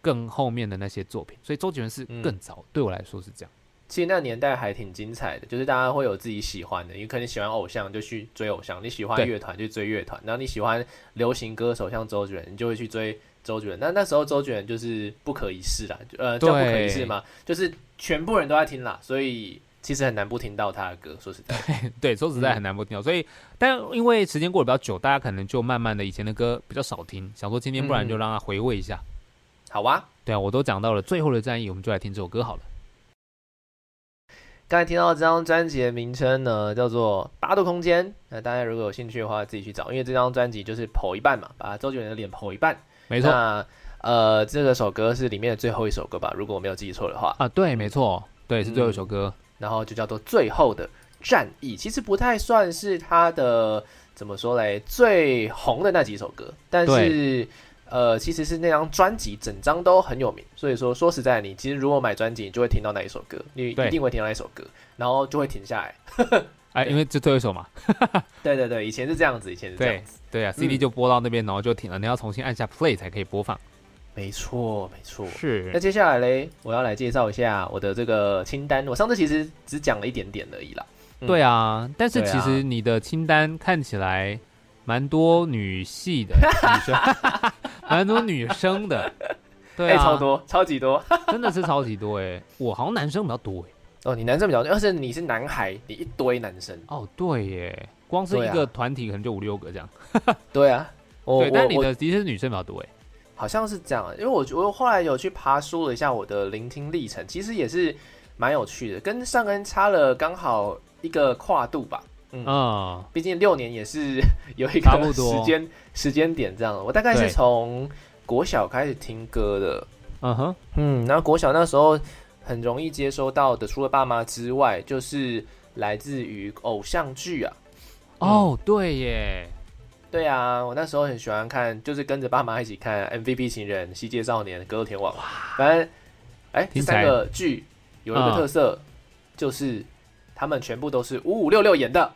Speaker 2: 更后面的那些作品。所以周杰伦是
Speaker 1: 嗯
Speaker 2: 更早，对我来说是这样。
Speaker 1: 其实那年代还挺精彩的，就是大家会有自己喜欢的，你可能喜欢偶像就去追偶像，你喜欢
Speaker 2: 对
Speaker 1: 乐团就追乐团，然后你喜欢流行歌手像周杰伦，你就会去追周杰伦。那那时候周杰伦就是不可一世啦，呃，叫不可一世嘛，就是全部人都在听啦，所以其实很难不听到他的歌。说实在，
Speaker 2: 对，说实在很难不听到，所以但因为时间过得比较久，大家可能就慢慢的以前的歌比较少听，想说今天不然就让它回味一下。
Speaker 1: 好啊，
Speaker 2: 对啊，我都讲到了最后的战役，我们就来听这首歌好了。
Speaker 1: 刚才听到这张专辑的名称呢，叫做《八度空间》。那大家如果有兴趣的话，自己去找，因为这张专辑就是剖一半嘛，把周杰伦的脸剖一半。
Speaker 2: 没错
Speaker 1: 那呃，这个首歌是里面的最后一首歌吧，如果我没有记错的话。
Speaker 2: 啊，对，没错，对，是最后一首歌。
Speaker 1: 然后就叫做最后的战役，其实不太算是他的怎么说嘞最红的那几首歌，但是呃其实是那张专辑整张都很有名，所以说说实在你其实如果买专辑，你就会听到那一首歌，你
Speaker 2: 对
Speaker 1: 一定会听到那一首歌，然后就会停下来。
Speaker 2: 哎，
Speaker 1: 对
Speaker 2: 因为这最后一首嘛，
Speaker 1: 对对对，以前是这样子，以前是这
Speaker 2: 对
Speaker 1: 样子，
Speaker 2: 对啊
Speaker 1: 嗯
Speaker 2: ，CD 就播到那边，然后就停了，你要重新按下 play 才可以播放。
Speaker 1: 没错没错。那
Speaker 2: 是，
Speaker 1: 接下来嘞，我要来介绍一下我的这个清单。我上次其实只讲了一点点而已啦。嗯
Speaker 2: 对啊，但是
Speaker 1: 对啊
Speaker 2: 其实你的清单看起来蛮多女 系的女生，蛮多女生的，对
Speaker 1: 哎、
Speaker 2: 啊，
Speaker 1: 超多，超级多。
Speaker 2: 真的是超级多哎、我好像男生比较多哎、
Speaker 1: 哦，你男生比较多，而且你是男孩，你一堆男生。
Speaker 2: 哦，对耶，光是
Speaker 1: 对
Speaker 2: 一
Speaker 1: 啊
Speaker 2: 个团体可能就五六个这样。
Speaker 1: 对啊，我
Speaker 2: 对，但
Speaker 1: 我
Speaker 2: 你
Speaker 1: 我
Speaker 2: 的的确是女生比较多哎。
Speaker 1: 好像是这样，啊因为我我后来有去爬梳了一下我的聆听历程，其实也是蛮有趣的，跟上恩差了刚好一个跨度吧。嗯
Speaker 2: 嗯，
Speaker 1: 毕竟六年也是 有一
Speaker 2: 差不
Speaker 1: 个
Speaker 2: 多
Speaker 1: 时间时间点这样。我大概
Speaker 2: 对
Speaker 1: 是从国小开始听歌的，
Speaker 2: 嗯哼，
Speaker 1: 嗯，然后国小那时候很容易接收到的，除了爸妈之外，就是来自于偶像剧啊。
Speaker 2: 哦，对耶，
Speaker 1: 对啊，我那时候很喜欢看，就是跟着爸妈一起看《MVP 情人》《西界少年》《格斗天王》，反正哎，这
Speaker 2: 听起来
Speaker 1: 三个剧有一个
Speaker 2: 嗯
Speaker 1: 特色，就是他们全部都是五五六六演的。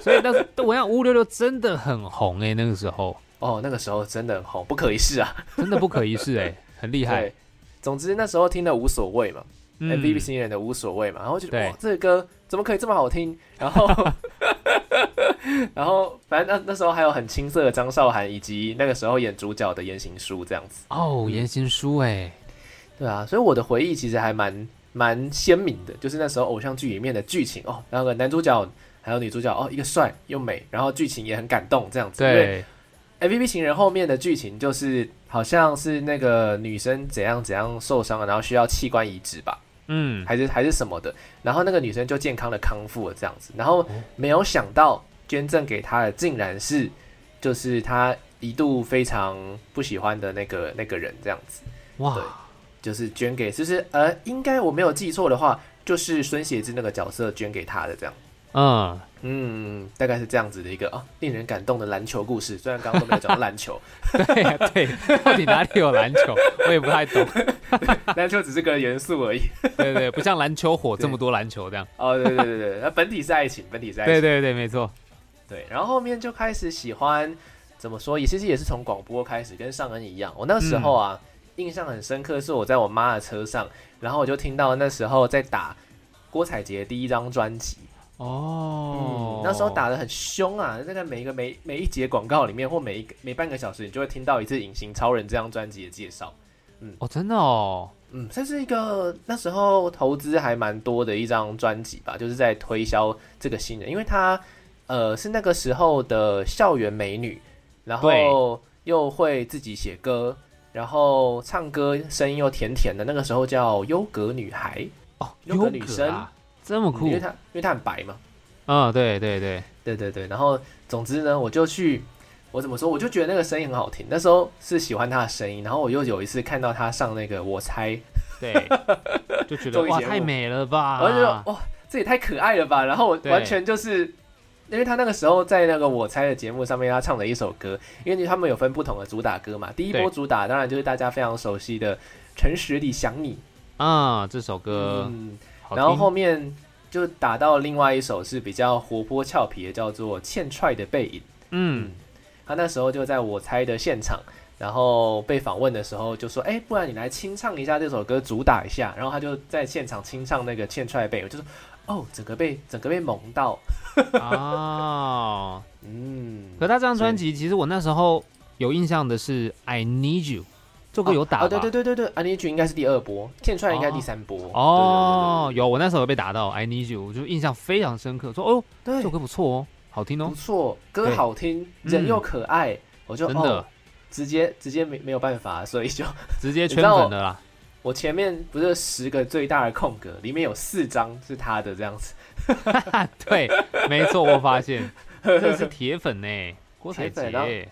Speaker 2: 所以那时候我想五六六真的很红哎，那个时候
Speaker 1: 哦，那个时候真的很红，不可一世啊！
Speaker 2: 真的不可一世哎，很厉害
Speaker 1: 对。，哎总之那时候听的无所谓嘛、
Speaker 2: 嗯
Speaker 1: m v p 新人的无所谓嘛，然后就觉得
Speaker 2: 对
Speaker 1: 哇，这个歌怎么可以这么好听？然后， 然后反正那那时候还有很青涩的张韶涵，以及那个时候演主角的言行书这样子。
Speaker 2: 哦，言情书哎，
Speaker 1: 对啊，所以我的回忆其实还蛮蛮鲜明的，就是那时候偶像剧里面的剧情哦，那个男主角还有女主角哦，一个帅又美，然后剧情也很感动这样子。因为
Speaker 2: 对，
Speaker 1: 《MVP 情人》后面的剧情就是好像是那个女生怎样怎样受伤了，然后需要器官移植吧，
Speaker 2: 嗯，
Speaker 1: 还是还是什么的，然后那个女生就健康的康复了这样子，然后没有想到捐赠给她的竟然是就是她一度非常不喜欢的那个那个人这样子，对
Speaker 2: 哇，
Speaker 1: 就是捐给就是呃，应该我没有记错的话，就是孙协志那个角色捐给她的这样。
Speaker 2: 嗯，
Speaker 1: 嗯，大概是这样子的一个啊，令人感动的篮球故事。虽然刚刚都没有讲到篮球，
Speaker 2: 对呀对， 到底哪里有篮球？ 我也不太懂。
Speaker 1: 篮球只是个元素而已。
Speaker 2: 对对，不像篮球火
Speaker 1: 对
Speaker 2: 这么多篮球这样。
Speaker 1: 哦，对对对对，那本体是爱情，本体是爱情。
Speaker 2: 对对对，没错。
Speaker 1: 对然后后面就开始喜欢，怎么说？也其实也是从广播开始，跟上恩一样。我那时候啊，印象很深刻，是我在我妈的车上，然后我就听到那时候在打郭采洁第一张专辑。嗯，，
Speaker 2: 哦
Speaker 1: 那时候打的很凶啊，大概每一个每每一节广告里面，或每一个每半个小时，你就会听到一次《隐形超人》这张专辑的介绍。
Speaker 2: 哦，真的哦，
Speaker 1: 嗯，算是一个那时候投资还蛮多的一张专辑吧，就是在推销这个新人，因为她呃是那个时候的校园美女，然后又会自己写歌，然后唱歌声音又甜甜的，那个时候叫优格女孩，
Speaker 2: 哦，
Speaker 1: 有个女生
Speaker 2: 优格啊这么
Speaker 1: 嗯因
Speaker 2: 酷
Speaker 1: 为。她因为她很白嘛，
Speaker 2: 嗯，对对对，
Speaker 1: 对对对，然后总之呢，我就去，我怎么说，我就觉得那个声音很好听，那时候是喜欢她的声音，然后我又有一次看到她上那个我猜
Speaker 2: 对，就觉得
Speaker 1: 综艺
Speaker 2: 哇，
Speaker 1: 节目
Speaker 2: 太美了
Speaker 1: 我就觉得
Speaker 2: 吧！
Speaker 1: 哇，这也太可爱了吧！然后我
Speaker 2: 对
Speaker 1: 完全就是，因为他那个时候在那个我猜的节目上面，他唱了一首歌，因为他们有分不同的主打歌嘛。第一波
Speaker 2: 对
Speaker 1: 主打当然就是大家非常熟悉的《诚实里想你》，
Speaker 2: 啊，这首歌
Speaker 1: 嗯，
Speaker 2: 好
Speaker 1: 然后后
Speaker 2: 听。
Speaker 1: 面就打到另外一首是比较活泼俏皮的，叫做《欠踹的背影》。
Speaker 2: 嗯，
Speaker 1: 他那时候就在我猜的现场，然后被访问的时候就说：“哎、不然你来清唱一下这首歌，主打一下。”然后他就在现场清唱那个《欠踹背》，我就说：“哦，整个被整个被萌到。
Speaker 2: 哦，”
Speaker 1: 嗯，
Speaker 2: 可他这张专辑，其实我那时候有印象的是《I Need You》，这歌有打
Speaker 1: 哦，
Speaker 2: 吧？
Speaker 1: 对对对对对，安妮君应该是第二波，欠踹应该第三波。
Speaker 2: 哦，有，我那时候有被打到《I Need You》，我就印象非常深刻，说哦，
Speaker 1: 对对对
Speaker 2: 这首
Speaker 1: 对对
Speaker 2: 歌不错哦，好听哦
Speaker 1: 不，错，歌
Speaker 2: 对
Speaker 1: 好听，人又可爱，我就
Speaker 2: 真
Speaker 1: 哦
Speaker 2: 的，
Speaker 1: 直接直接没没有办法，所以就
Speaker 2: 直接
Speaker 1: 知
Speaker 2: 圈
Speaker 1: 道
Speaker 2: 粉的啦。
Speaker 1: 我前面不是十个最大的空格，里面有四张是他的这样子，
Speaker 2: 对，没错，我发 现这是铁粉呢，郭采
Speaker 1: 铁粉然后
Speaker 2: 洁。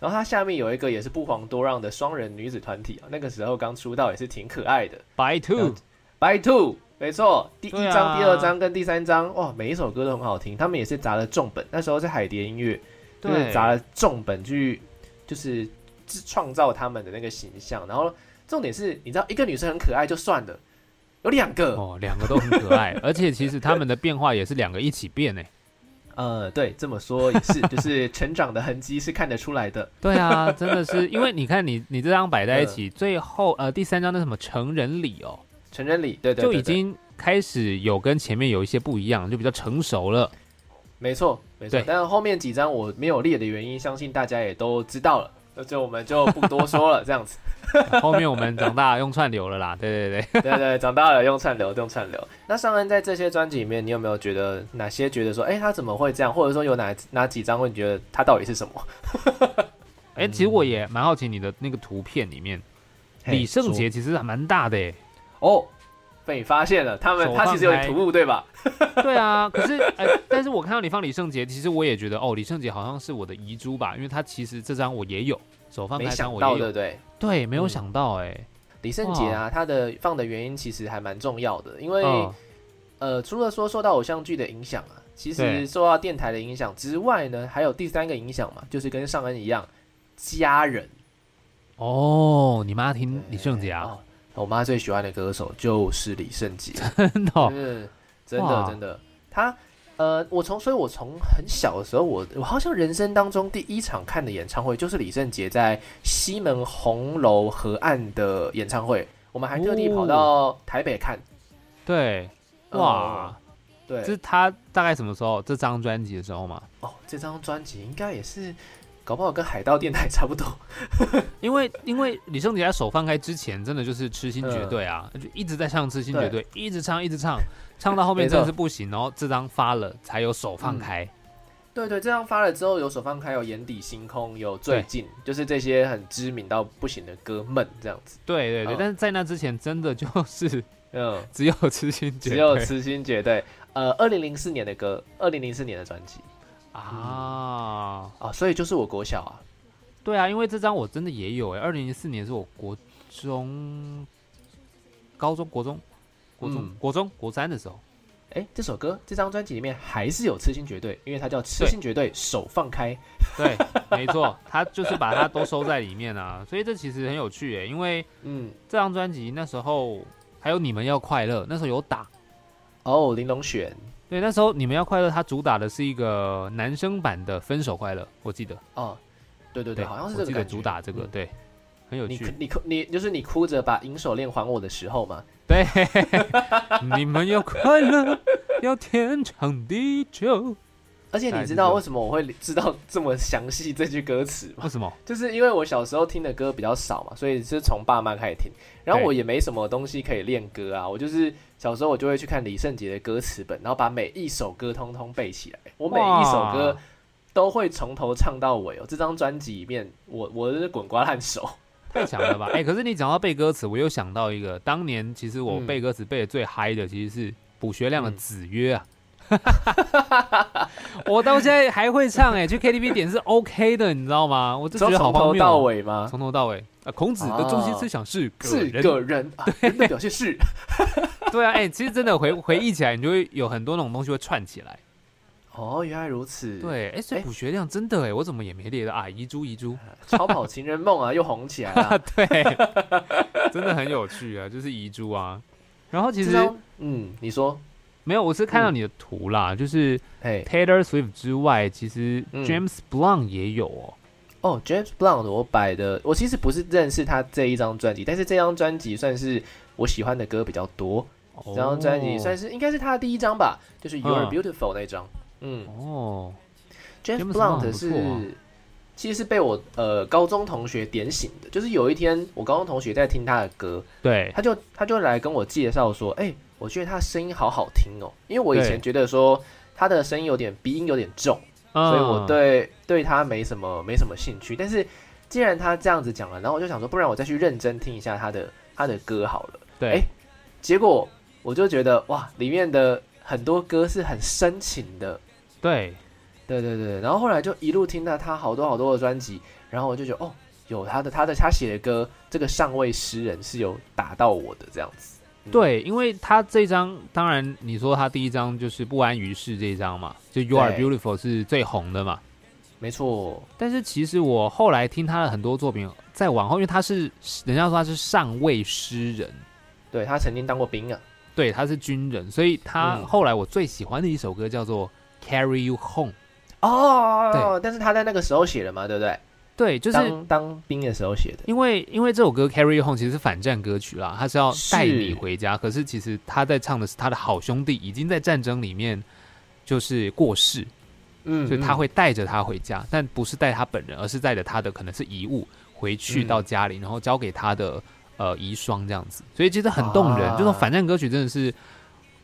Speaker 1: 然后它下面有一个也是不遑多让的双人女子团体啊，那个时候刚出道也是挺可爱的。
Speaker 2: By two，
Speaker 1: By Two，没错，第一
Speaker 2: 对啊
Speaker 1: 张、第二张跟第三张，哇，每一首歌都很好听。他们也是砸了重本，那时候是海蝶音乐，就是
Speaker 2: 对
Speaker 1: 砸了重本去，就是制创造他们的那个形象。然后重点是，你知道一个女生很可爱就算了，有两个，
Speaker 2: 哦，两个都很可 爱，而且其实他们的变化也是两个一起变呢。
Speaker 1: 呃，对，这么说也是，就是成长的痕迹是看得出来的。
Speaker 2: 对啊， 真的是，因为你看你你这张摆在一起，最后呃第三张那什么成人礼哦，
Speaker 1: 成人礼，对对对
Speaker 2: 就已
Speaker 1: 对
Speaker 2: 经开始有跟前面有一些不一样，就比较成熟了。
Speaker 1: 没错，没错
Speaker 2: 对。
Speaker 1: 但后面几张我没有列的原因，相信大家也都知道了，那就我们就不多说 了。这样子，
Speaker 2: 后面我们长大用串流了啦，对对对，
Speaker 1: 对对对，长大了用串流，用串流。那尚恩在这些专辑里面，你有没有觉得哪些觉得说，哎、他怎么会这样？或者说有哪哪几张会你觉得他到底是什么？
Speaker 2: 哎，其实我也蛮好奇你的那个图片里面，李
Speaker 1: 嗯
Speaker 2: 圣
Speaker 1: 嘿
Speaker 2: 杰其实还蛮大的哎，
Speaker 1: 说哦，被发现了，他们
Speaker 2: 手
Speaker 1: 他其实有点
Speaker 2: 放开
Speaker 1: 突兀，对吧？
Speaker 2: 对啊，可是呃，但是我看到你放李圣杰，其实我也觉得哦，李圣杰好像是我的遗珠吧，因为他其实这张我也有，手放
Speaker 1: 没
Speaker 2: 开张
Speaker 1: 想
Speaker 2: 我
Speaker 1: 到，
Speaker 2: 也
Speaker 1: 对
Speaker 2: 有，
Speaker 1: 不对？
Speaker 2: 对，没有
Speaker 1: 嗯
Speaker 2: 想到哎、
Speaker 1: 李圣杰啊，他的放的原因其实还蛮重要的，因为、
Speaker 2: 嗯
Speaker 1: 呃，除了说受到偶像剧的影响啊，其
Speaker 2: 对
Speaker 1: 实受到电台的影响之外呢，还有第三个影响嘛，就是跟上恩一样，家人。
Speaker 2: 哦，你妈听李圣杰
Speaker 1: 啊，
Speaker 2: 啊，
Speaker 1: 哦我妈最喜欢的歌手就是李圣杰，
Speaker 2: 真的 哦、
Speaker 1: 嗯，真
Speaker 2: 哇
Speaker 1: 的真的，他呃，我从所以，我从很小的时候，我我好像人生当中第一场看的演唱会就是李圣杰在西门红楼河岸的演唱会，我们还特地
Speaker 2: 哦
Speaker 1: 跑到台北看，嗯
Speaker 2: 对，哇，
Speaker 1: 哦对
Speaker 2: 这，是他大概什么时候？这张专辑的时候嘛？
Speaker 1: 哦，这张专辑应该也是，搞不好跟海盗电台差不多，
Speaker 2: 因为因为李圣杰在手放开之前，真的就是痴心
Speaker 1: 嗯
Speaker 2: 绝对啊，就一直在唱痴心绝对，一直唱一直唱，唱到后面
Speaker 1: 没错嗯
Speaker 2: 真的是不行，然后这张发了才有手放开，
Speaker 1: 对对，这张发了之后，有手放开，有眼底星空，有最
Speaker 2: 对
Speaker 1: 近，就是这些很知名到不行的歌们这样子。
Speaker 2: 对对对，
Speaker 1: 嗯
Speaker 2: 但是在那之前真的就是
Speaker 1: 嗯，
Speaker 2: 只有痴心
Speaker 1: 只
Speaker 2: 绝对，
Speaker 1: 有痴心绝对。呃，二零零四年的歌，二零零四年的专辑
Speaker 2: 啊，
Speaker 1: 啊，所以就是我国小啊，
Speaker 2: 对啊，因为这张我真的也有哎、2二零零四年是我国中、高中、国中、国中、
Speaker 1: 嗯
Speaker 2: 国中国三的时候，
Speaker 1: 哎，这首歌这张专辑里面还是有痴心绝对，因为它叫痴心绝对，手放开。
Speaker 2: 对，没错，他就是把它都收在里面啊，所以这其实很有趣哎、因为。
Speaker 1: 嗯，
Speaker 2: 这张专辑那时候还有你们要快乐，那时候有打。
Speaker 1: 哦，玲珑璇，
Speaker 2: 对，那时候你们要快乐，它主打的是一个男生版的分手快乐，我记得。
Speaker 1: 哦，对对对，好像是
Speaker 2: 我
Speaker 1: 这
Speaker 2: 记
Speaker 1: 个
Speaker 2: 得
Speaker 1: 感觉
Speaker 2: 主打这个，
Speaker 1: 嗯
Speaker 2: 对，很有
Speaker 1: 你
Speaker 2: 趣。
Speaker 1: 你你就是你哭着把银手链还我的时候嘛，
Speaker 2: 对，你们要快乐，要天长地久。
Speaker 1: 而且你知道为什么我会知道这么详细这句歌词吗？
Speaker 2: 为什么？
Speaker 1: 就是因为我小时候听的歌比较少嘛，所以是从爸妈开始听。然后
Speaker 2: 对
Speaker 1: 我也没什么东西可以练歌啊，我就是小时候我就会去看李圣杰的歌词本，然后把每一首歌通通背起来。我每一首歌
Speaker 2: 哇
Speaker 1: 都会从头唱到尾哦。这张专辑里面，我我是滚瓜烂熟。
Speaker 2: 太强了吧？哎、可是你讲到背歌词，我又想到一个，当年其实我
Speaker 1: 嗯
Speaker 2: 背歌词背的最嗨的，其实是卜学亮的《
Speaker 1: 嗯
Speaker 2: 子曰》啊。 我到现在还会唱哎、去 KTV 点是 OK 的，你知道吗？我就觉
Speaker 1: 从
Speaker 2: 得好
Speaker 1: 从
Speaker 2: 荒
Speaker 1: 头
Speaker 2: 谬
Speaker 1: 到
Speaker 2: 哦，
Speaker 1: 尾吗？
Speaker 2: 从头到尾啊！孔子的中心思想是个
Speaker 1: 是
Speaker 2: 人，
Speaker 1: 个人 啊，人的表现是
Speaker 2: 对啊，哎、其实真的回回忆起来，你就会有很多那种东西会串起来。
Speaker 1: 哦，原来如此。，
Speaker 2: 对，哎、所以
Speaker 1: 哎
Speaker 2: 卜学亮真的哎、我怎么也没列到啊？遗珠遗 珠，
Speaker 1: 超跑情人梦啊，又红起来了。
Speaker 2: 对，真的很有趣啊，就是遗珠啊。然后 其
Speaker 1: 这
Speaker 2: 实
Speaker 1: 张，嗯，你说，
Speaker 2: 没有，我是看
Speaker 1: 嗯
Speaker 2: 到你的图啦，就是
Speaker 1: 嘿，
Speaker 2: Taylor Swift 之外，其实
Speaker 1: 嗯
Speaker 2: James Blunt 也有哦。
Speaker 1: 哦，James Blunt，我摆的，我其实不是认识他这一张专辑，但是这张专辑算是我喜欢的歌比较多。
Speaker 2: 哦
Speaker 1: 这张专辑算
Speaker 2: 是
Speaker 1: 是应该是他的第一张吧，就是
Speaker 2: 嗯
Speaker 1: You're Beautiful 那张。嗯
Speaker 2: 哦，
Speaker 1: ，James
Speaker 2: James Blunt 不
Speaker 1: Blunt
Speaker 2: 错
Speaker 1: 是
Speaker 2: 啊
Speaker 1: 其实是被我呃高中同学点醒的，就是有一天我高中同学在听他的歌，
Speaker 2: 对，
Speaker 1: 他就他就来跟我介绍说，哎、我觉得他的声音好好听哦，因为我以
Speaker 2: 对
Speaker 1: 前觉得说他的声音有点鼻音有点重。所以我
Speaker 2: 嗯
Speaker 1: 对对他没什么没什么兴趣。但是既然他这样子讲了，然后我就想说，不然我再去认真听一下他的他的歌好了。
Speaker 2: 对
Speaker 1: 哎结果我就觉得哇，里面的很多歌是很深情的，
Speaker 2: 对
Speaker 1: 对对对。然后后来就一路听到他好多好多的专辑，然后我就觉得哦，有他的他的他写的歌，这个上位诗人是有打到我的这样子。嗯
Speaker 2: 对，因为他这张，当然你说他第一张就是不安于世这一张嘛，就 You Are
Speaker 1: 对
Speaker 2: Beautiful 是最红的嘛。
Speaker 1: 没错，
Speaker 2: 但是其实我后来听他的很多作品，再往后，因为他是人家说他是上位诗人，
Speaker 1: 对他曾经当过兵啊。
Speaker 2: 对，他是军人，所以他
Speaker 1: 嗯
Speaker 2: 后来我最喜欢的一首歌叫做《Carry You Home》。
Speaker 1: 哦，但是他在那个时候写的嘛，对不对？
Speaker 2: 对，就是
Speaker 1: 当当兵的时候写的。
Speaker 2: 因为因为这首歌《Carry You Home》其实是反战歌曲啦，它是要
Speaker 1: 是
Speaker 2: 带你回家。可是其实他在唱的是他的好兄弟已经在战争里面就是过世，
Speaker 1: 嗯
Speaker 2: 所
Speaker 1: 嗯
Speaker 2: 以他会带着他回家，但不是带他本人，而是带着他的可能是遗物回去
Speaker 1: 嗯
Speaker 2: 到家里，然后交给他的呃遗孀这样子。所以其实很动人，
Speaker 1: 啊
Speaker 2: 这种反战歌曲真的是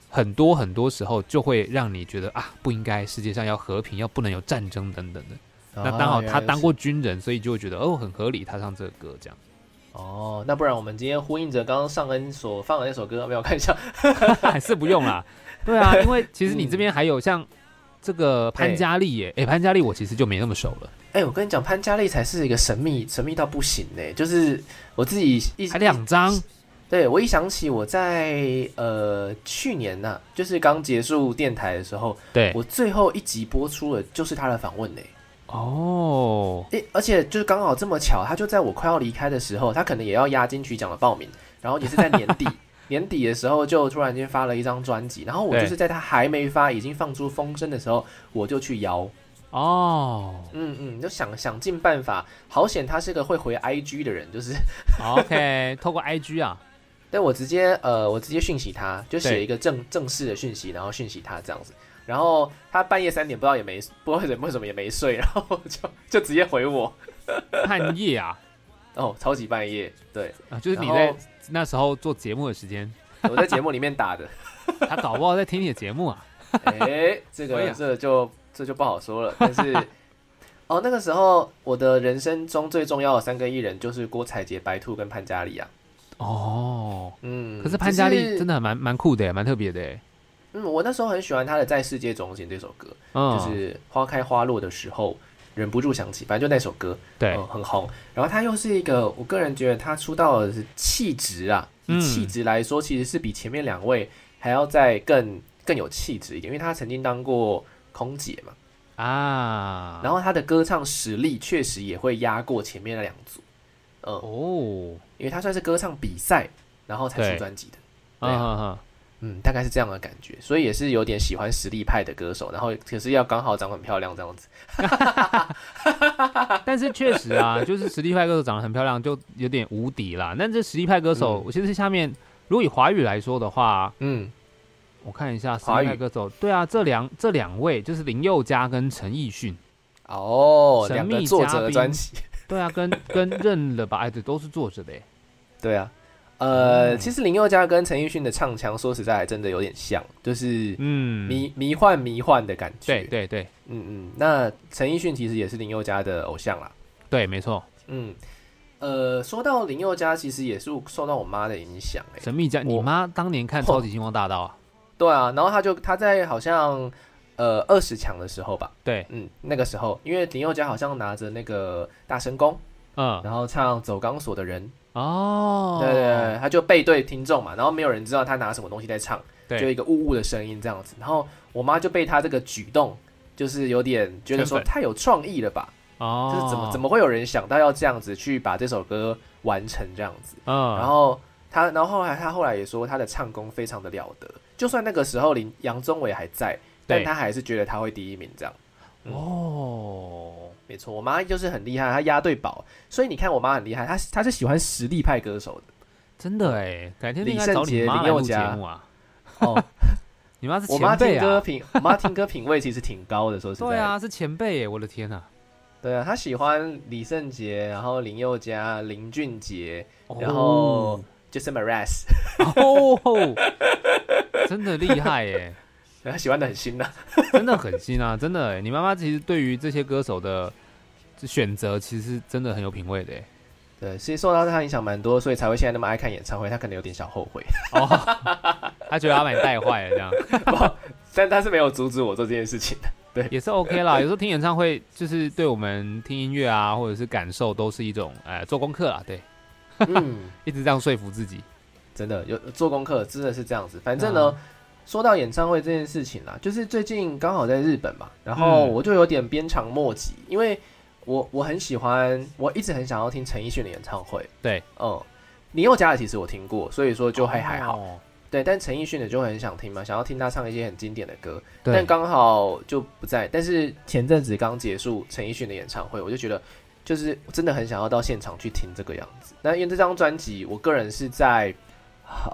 Speaker 2: 很多很多时候就会让你觉得啊，不应该世界上要和平，要不能有战争等等的。那
Speaker 1: 啊
Speaker 2: 刚好
Speaker 1: 原
Speaker 2: 他
Speaker 1: 来如
Speaker 2: 当
Speaker 1: 此
Speaker 2: 过军人，所以就会觉得哦，很合理，他唱这个歌这样。
Speaker 1: 哦，那不然我们今天呼应着刚刚尚恩所放的那首歌，没有看一下，
Speaker 2: 还是不用啦。 对啊，因为其实
Speaker 1: 嗯
Speaker 2: 你这边还有像这个潘嘉丽耶，哎、潘嘉丽我其实就没那么熟了，
Speaker 1: 哎、我跟你讲，潘嘉丽才是一个神秘神秘到不行呢、就是我自己一
Speaker 2: 还两张，
Speaker 1: 对我一想起我在呃去年呐、就是刚结束电台的时候，
Speaker 2: 对，
Speaker 1: 我最后一集播出了就是他的访问呢、
Speaker 2: 哦，
Speaker 1: 诶、而且就是刚好这么巧，他就在我快要离开的时候，他可能也要压金曲奖的报名，然后也是在年底年底的时候就突然间发了一张专辑，然后我
Speaker 2: 对
Speaker 1: 就是在他还没发已经放出风声的时候，我就去摇，
Speaker 2: 哦
Speaker 1: 嗯嗯，就想想尽办法，好险他是个会回 IG 的人，就是
Speaker 2: ，OK，透过 IG 啊，
Speaker 1: 但我直接呃，我直接讯息他，就写
Speaker 2: 对
Speaker 1: 一个正正式的讯息，然后讯息他这样子。然后他半夜三点不知道也没不知道为什么也没睡，然后我就就直接回我，
Speaker 2: 半夜啊，
Speaker 1: 哦，超级半夜，对
Speaker 2: 啊，就是你
Speaker 1: 然
Speaker 2: 在
Speaker 1: 后
Speaker 2: 那时候做节目的时间，
Speaker 1: 我在节目里面打的，
Speaker 2: 他搞不好在听你的节目啊，
Speaker 1: 哎，这
Speaker 2: 哎
Speaker 1: 个
Speaker 2: 呀
Speaker 1: 这就这就不好说了。但 是哦，那个时候我的人生中最重要的三个艺人就是郭采洁、白兔跟潘嘉丽啊，
Speaker 2: 哦，
Speaker 1: 嗯，
Speaker 2: 可是潘嘉丽
Speaker 1: 只是
Speaker 2: 真的还蛮蛮酷的耶，蛮特别的耶，
Speaker 1: 嗯，我那时候很喜欢他的《在世界中心》这首歌，
Speaker 2: 嗯，
Speaker 1: 就是花开花落的时候，忍不住想起，反正就那首歌，
Speaker 2: 对，
Speaker 1: 嗯很红。然后他又是一个，我个人觉得他出道的气质啊，以
Speaker 2: 嗯
Speaker 1: 气质来说，其实是比前面两位还要再更更有气质一点，因为他曾经当过空姐嘛，
Speaker 2: 啊，
Speaker 1: 然后他的歌唱实力确实也会压过前面那两组，嗯，
Speaker 2: 哦，
Speaker 1: 因为他算是歌唱比赛，然后才出
Speaker 2: 对
Speaker 1: 专辑的。对
Speaker 2: 嗯
Speaker 1: 啊
Speaker 2: 哼哼，
Speaker 1: 嗯，大概是这样的感觉，所以也是有点喜欢实力派的歌手，然后可是要刚好长得很漂亮这样子。
Speaker 2: 但是确实 啊，就是实力派歌手长得很漂亮，就有点无敌啦。但这实力派歌手，其实下面如果以华语来说的话，
Speaker 1: 嗯，
Speaker 2: 我看一下实
Speaker 1: 华
Speaker 2: 力
Speaker 1: 语
Speaker 2: 派歌手，对啊，这两这两位就是林宥嘉跟陈奕迅，
Speaker 1: 哦，
Speaker 2: 神
Speaker 1: 两个
Speaker 2: 秘
Speaker 1: 作
Speaker 2: 嘉
Speaker 1: 者的
Speaker 2: 宾
Speaker 1: 专辑，
Speaker 2: 对啊，跟跟认了吧，哎，对，都是作者的耶，
Speaker 1: 对啊，呃，
Speaker 2: 嗯
Speaker 1: 其实林宥嘉跟陈奕迅的唱腔，说实在还真的有点像，就是
Speaker 2: 嗯，
Speaker 1: 迷、迷幻迷幻的感觉。
Speaker 2: 对，对对
Speaker 1: 嗯嗯，那陈奕迅其实也是林宥嘉的偶像啦。
Speaker 2: 对，没错，
Speaker 1: 嗯，呃，说到林宥嘉，其实也是受到我妈的影响、欸，
Speaker 2: 神秘家，你
Speaker 1: 我
Speaker 2: 妈当年看《超级星光大道》啊，
Speaker 1: 对啊，然后他就他在好像呃二十强的时候吧，
Speaker 2: 对，
Speaker 1: 嗯，那个时候，因为林宥嘉好像拿着那个大神功，
Speaker 2: 嗯，
Speaker 1: 然后唱《走钢索的人》，
Speaker 2: 哦，
Speaker 1: 对对对，他就背对听众嘛，然后没有人知道他拿什么东西在唱，
Speaker 2: 对
Speaker 1: 就一个呜呜的声音这样子。然后我妈就被他这个举动，就是有点觉得说
Speaker 2: 圈粉
Speaker 1: 太有创意了吧，
Speaker 2: 哦，
Speaker 1: 就是怎么怎么会有人想到要这样子去把这首歌完成这样子。
Speaker 2: 嗯，
Speaker 1: 然后他，然后后来他后来也说他的唱功非常的了得，就算那个时候林杨宗纬还在，但
Speaker 2: 对
Speaker 1: 他还是觉得他会第一名这样。嗯
Speaker 2: 哦，
Speaker 1: 没错，我妈就是很厉害，她押对宝，所以你看我妈很厉害，她她是喜欢实力派歌手的。
Speaker 2: 真的哎，改天
Speaker 1: 李
Speaker 2: 应该
Speaker 1: 圣
Speaker 2: 找你
Speaker 1: 杰
Speaker 2: 妈
Speaker 1: 林
Speaker 2: 来
Speaker 1: 宥
Speaker 2: 录节
Speaker 1: 嘉
Speaker 2: 目啊。
Speaker 1: 哦，
Speaker 2: 你妈是
Speaker 1: 我妈
Speaker 2: 前辈
Speaker 1: 听歌
Speaker 2: 啊？
Speaker 1: 品，我妈听歌品味其实挺高的，说实在。
Speaker 2: 对，啊，是前辈耶！我的天啊，
Speaker 1: 对啊，她喜欢李圣杰，然后林宥嘉、林俊杰，然后
Speaker 2: 哦
Speaker 1: Jason Mraz，
Speaker 2: 哦，真的厉害耶，
Speaker 1: 她喜欢的很新啊呐、
Speaker 2: 真的很新啊，真的耶！你妈妈其实对于这些歌手的选择，其实真的很有品味的耶。
Speaker 1: 对，其实受到她影响蛮多，所以才会现在那么爱看演唱会。她可能有点小后悔，
Speaker 2: 哦，她觉得她把你带坏了，这样
Speaker 1: 但她是没有阻止我做这件事情的。
Speaker 2: 也是 OK 啦。有时候听演唱会，就是对我们听音乐啊，或者是感受，都是一种呃做功课啦。对，
Speaker 1: 嗯，
Speaker 2: 一直这样说服自己。
Speaker 1: 真的有做功课，真的是这样子。反正呢，
Speaker 2: 嗯
Speaker 1: 说到演唱会这件事情啦，就是最近刚好在日本嘛，然后
Speaker 2: 嗯
Speaker 1: 我就有点鞭长莫及，因为我我很喜欢，我一直很想要听陈奕迅的演唱会。
Speaker 2: 对，
Speaker 1: 嗯，林宥嘉的其实我听过，所以说就还还好。
Speaker 2: 哦，
Speaker 1: 对，但陈奕迅的就很想听嘛，想要听他唱一些很经典的歌，
Speaker 2: 对
Speaker 1: 但刚好就不在。但是前阵子刚结束陈奕迅的演唱会，我就觉得就是真的很想要到现场去听这个样子。那因为这张专辑，我个人是在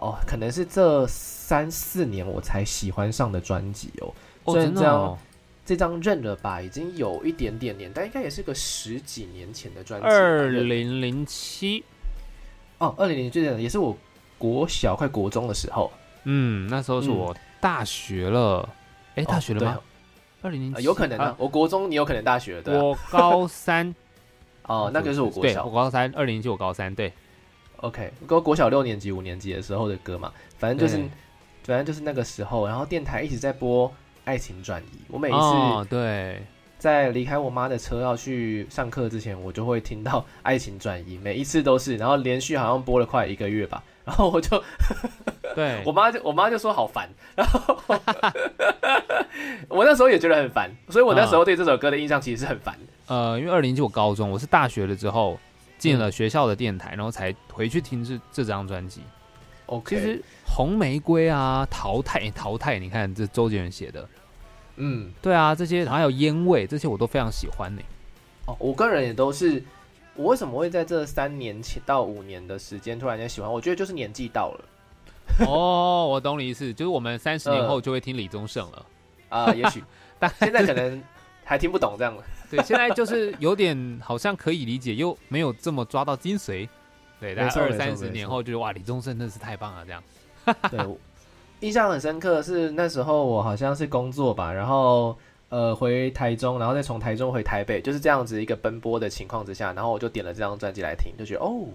Speaker 1: 哦，可能是这三四年我才喜欢上的专辑哦。
Speaker 2: 哦，
Speaker 1: 虽然
Speaker 2: 真
Speaker 1: 这
Speaker 2: 的
Speaker 1: 样
Speaker 2: 哦，
Speaker 1: 这张认了吧，已经有一点点年代，应该也是个十几年前的专辑吧。
Speaker 2: 二
Speaker 1: 认了
Speaker 2: 零零七，
Speaker 1: 哦，二零零年也是我国小快国中的时候，
Speaker 2: 嗯，那时候是
Speaker 1: 嗯哦
Speaker 2: 我大学了，哎、大学了
Speaker 1: 对
Speaker 2: 吗？二零零
Speaker 1: 呃有可能啊
Speaker 2: 啊，，
Speaker 1: 我国中你有可能大学对啊
Speaker 2: 我高三，
Speaker 1: 哦，那个就是我国
Speaker 2: 对，
Speaker 1: 小
Speaker 2: 我，高三，二零零七我高三，对，
Speaker 1: OK，国国小六年级、五年级的时候的歌嘛，反正就是
Speaker 2: 对
Speaker 1: 反正就是那个时候，然后电台一直在播《爱情转移》，我每一次
Speaker 2: 哦，对，
Speaker 1: 在离开我妈的车要去上课之前，我就会听到《爱情转移》，每一次都是，然后连续好像播了快一个月吧，然后我就
Speaker 2: 对，
Speaker 1: 我妈就我妈就说好烦，然后 我那时候也觉得很烦，所以我那时
Speaker 2: 啊
Speaker 1: 候对这首歌的印象其实是很烦的。
Speaker 2: 呃，因为二零一九高中，我是大学了之后进了学校的电台，然后才回去听这这张专辑。
Speaker 1: OK，
Speaker 2: 哦其实《红玫瑰》啊，《淘汰》欸淘汰，你看这周杰伦写的，
Speaker 1: 嗯，
Speaker 2: 对啊，这些，然后还有《烟味》，这些我都非常喜欢呢、
Speaker 1: 哦，我个人也都是，我为什么会在这三年前到五年的时间突然间喜欢？我觉得就是年纪到了
Speaker 2: 哦，我懂你意思，就是我们三十年
Speaker 1: 嗯
Speaker 2: 后就会听李宗盛 了。
Speaker 1: 啊、也许
Speaker 2: 大
Speaker 1: 现在可能还听不懂这样了。
Speaker 2: 对，现在就是有点好像可以理解，又没有这么抓到精髓。对，大
Speaker 1: 没
Speaker 2: 概
Speaker 1: 错
Speaker 2: 二
Speaker 1: 没错
Speaker 2: 三
Speaker 1: 没
Speaker 2: 十
Speaker 1: 错
Speaker 2: 年后就是哇，李宗盛真是太棒了，这样。
Speaker 1: 对，我 印象很深刻是那时候我好像是工作吧，然后呃回台中，然后再从台中回台北，就是这样子一个奔波的情况之下，然后我就点了这张专辑来听，就觉得哦，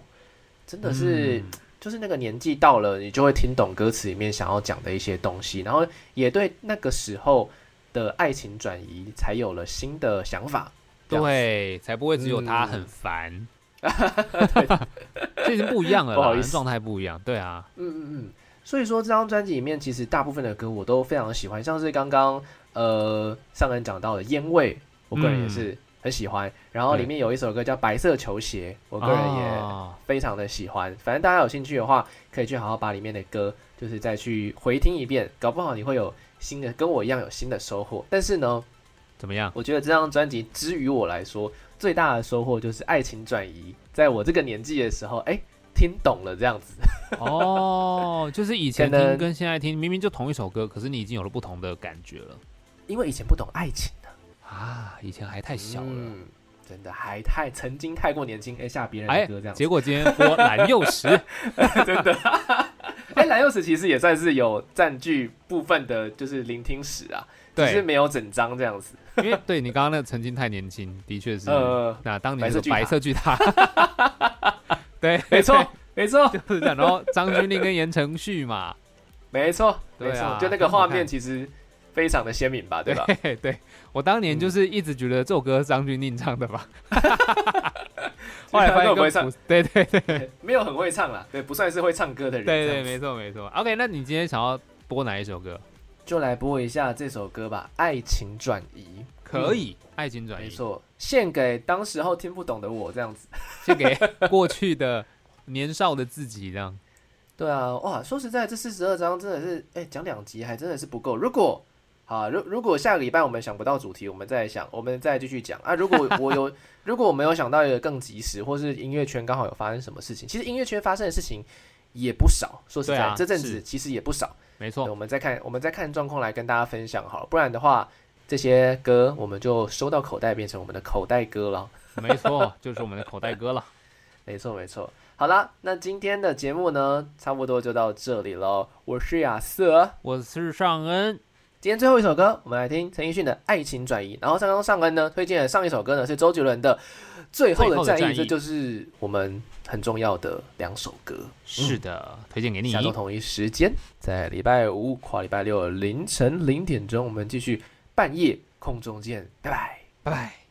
Speaker 1: 真的是、
Speaker 2: 嗯
Speaker 1: 就是那个年纪到了，你就会听懂歌词里面想要讲的一些东西，然后也对那个时候的爱情转移才有了新的想法。这样子，
Speaker 2: 对，才不会只有他
Speaker 1: 嗯
Speaker 2: 很烦。 这已经不一样了啦，
Speaker 1: 不好意思
Speaker 2: 状态不一样。对啊，
Speaker 1: 嗯嗯嗯。所以说这张专辑里面，其实大部分的歌我都非常喜欢，像是刚刚呃上人讲到的《烟味》，我个人也是很喜欢。然后里面有一首歌叫《白色球鞋》，我
Speaker 2: 我
Speaker 1: 个人也
Speaker 2: 哦
Speaker 1: 非常的喜欢。反正大家有兴趣的话，可以去好好把里面的歌，就是再去回听一遍，搞不好你会有新的，跟我一样有新的收获。但是呢，
Speaker 2: 怎么样？
Speaker 1: 我觉得这张专辑之于我来说，最大的收获就是爱情转移，在我这个年纪的时候，哎，听懂了这样子。
Speaker 2: 哦，就是以前
Speaker 1: 可能
Speaker 2: 听跟现在听，明明就同一首歌，可是你已经有了不同的感觉了
Speaker 1: 因为以前不懂爱情啊，
Speaker 2: 啊！以前还太小了，
Speaker 1: 嗯真的还太曾经太过年轻，哎、下别人
Speaker 2: 哎
Speaker 1: 的歌这样，子
Speaker 2: 结，果今天播蓝 又时，
Speaker 1: 真的。哎、蓝幼时其实也算是有占据部分的，就是聆听史啊，只是
Speaker 2: 对，
Speaker 1: 没有整张这样子。
Speaker 2: 因为对你刚刚那个曾经太年轻，的确是。
Speaker 1: 呃，
Speaker 2: 那当年是白
Speaker 1: 白
Speaker 2: 色
Speaker 1: 色
Speaker 2: 巨塔， 对，
Speaker 1: 没错， 没错，
Speaker 2: 就是这样。然后张钧甯跟言承旭嘛，
Speaker 1: 没错，
Speaker 2: 对
Speaker 1: 没
Speaker 2: 啊
Speaker 1: 错，就那个画
Speaker 2: 很好看
Speaker 1: 面其实非常的鲜明吧， 对吧？
Speaker 2: 对对，我当年就是一直觉得这首歌是张钧甯唱的吧，
Speaker 1: 嗯
Speaker 2: 后来发
Speaker 1: 根本
Speaker 2: 现
Speaker 1: 不会
Speaker 2: 跟
Speaker 1: 唱
Speaker 2: 不，对对对
Speaker 1: 对没有很会唱啦，对，不算是会唱歌的人。
Speaker 2: 对
Speaker 1: 这
Speaker 2: 对，
Speaker 1: 样子
Speaker 2: 没错没错。OK，那你今天想要播哪一首歌？
Speaker 1: 就来播一下这首歌吧，《爱情转移》。
Speaker 2: 可以，爱情转
Speaker 1: 嗯没
Speaker 2: 移，
Speaker 1: 错，献给当时候听不懂的我这样子。
Speaker 2: 献给过去的年少的自己，这样。
Speaker 1: 对啊，哇，说实在，这四十二章真的是，哎、讲两集还真的是不够。如果好，如如果下个礼拜我们想不到主题，我们再想，我们再继续讲啊。如 果我有，如果我没有想到一个更及时，或是音乐圈刚好有发生什么事情，其实音乐圈发生的事情也不少。说实
Speaker 2: 对
Speaker 1: 在，
Speaker 2: 啊
Speaker 1: 这阵
Speaker 2: 是
Speaker 1: 子其实也不少。
Speaker 2: 没
Speaker 1: 对
Speaker 2: 错，
Speaker 1: 我们再看，我们再看状况来跟大家分享好了，不然的话，这些歌我们就收到口袋，变成我们的口袋歌了。
Speaker 2: 没错，就是我们的口袋歌了。
Speaker 1: 没错，没错。好啦，那今天的节目呢，差不多就到这里喽。我是亚瑟，
Speaker 2: 我是尚恩，
Speaker 1: 今天最后一首歌，我们来听陈奕迅的《爱情转移》。然后上刚上恩呢推荐的上一首歌呢是周杰伦的《最后的战役
Speaker 2: 最后的战》，役
Speaker 1: 这就是我们很重要的两首歌。
Speaker 2: 是的，推荐给你
Speaker 1: 嗯下。周同一时间，在礼拜五跨礼拜六凌晨零点钟，我们继续半夜空中见，拜拜。
Speaker 2: 拜拜。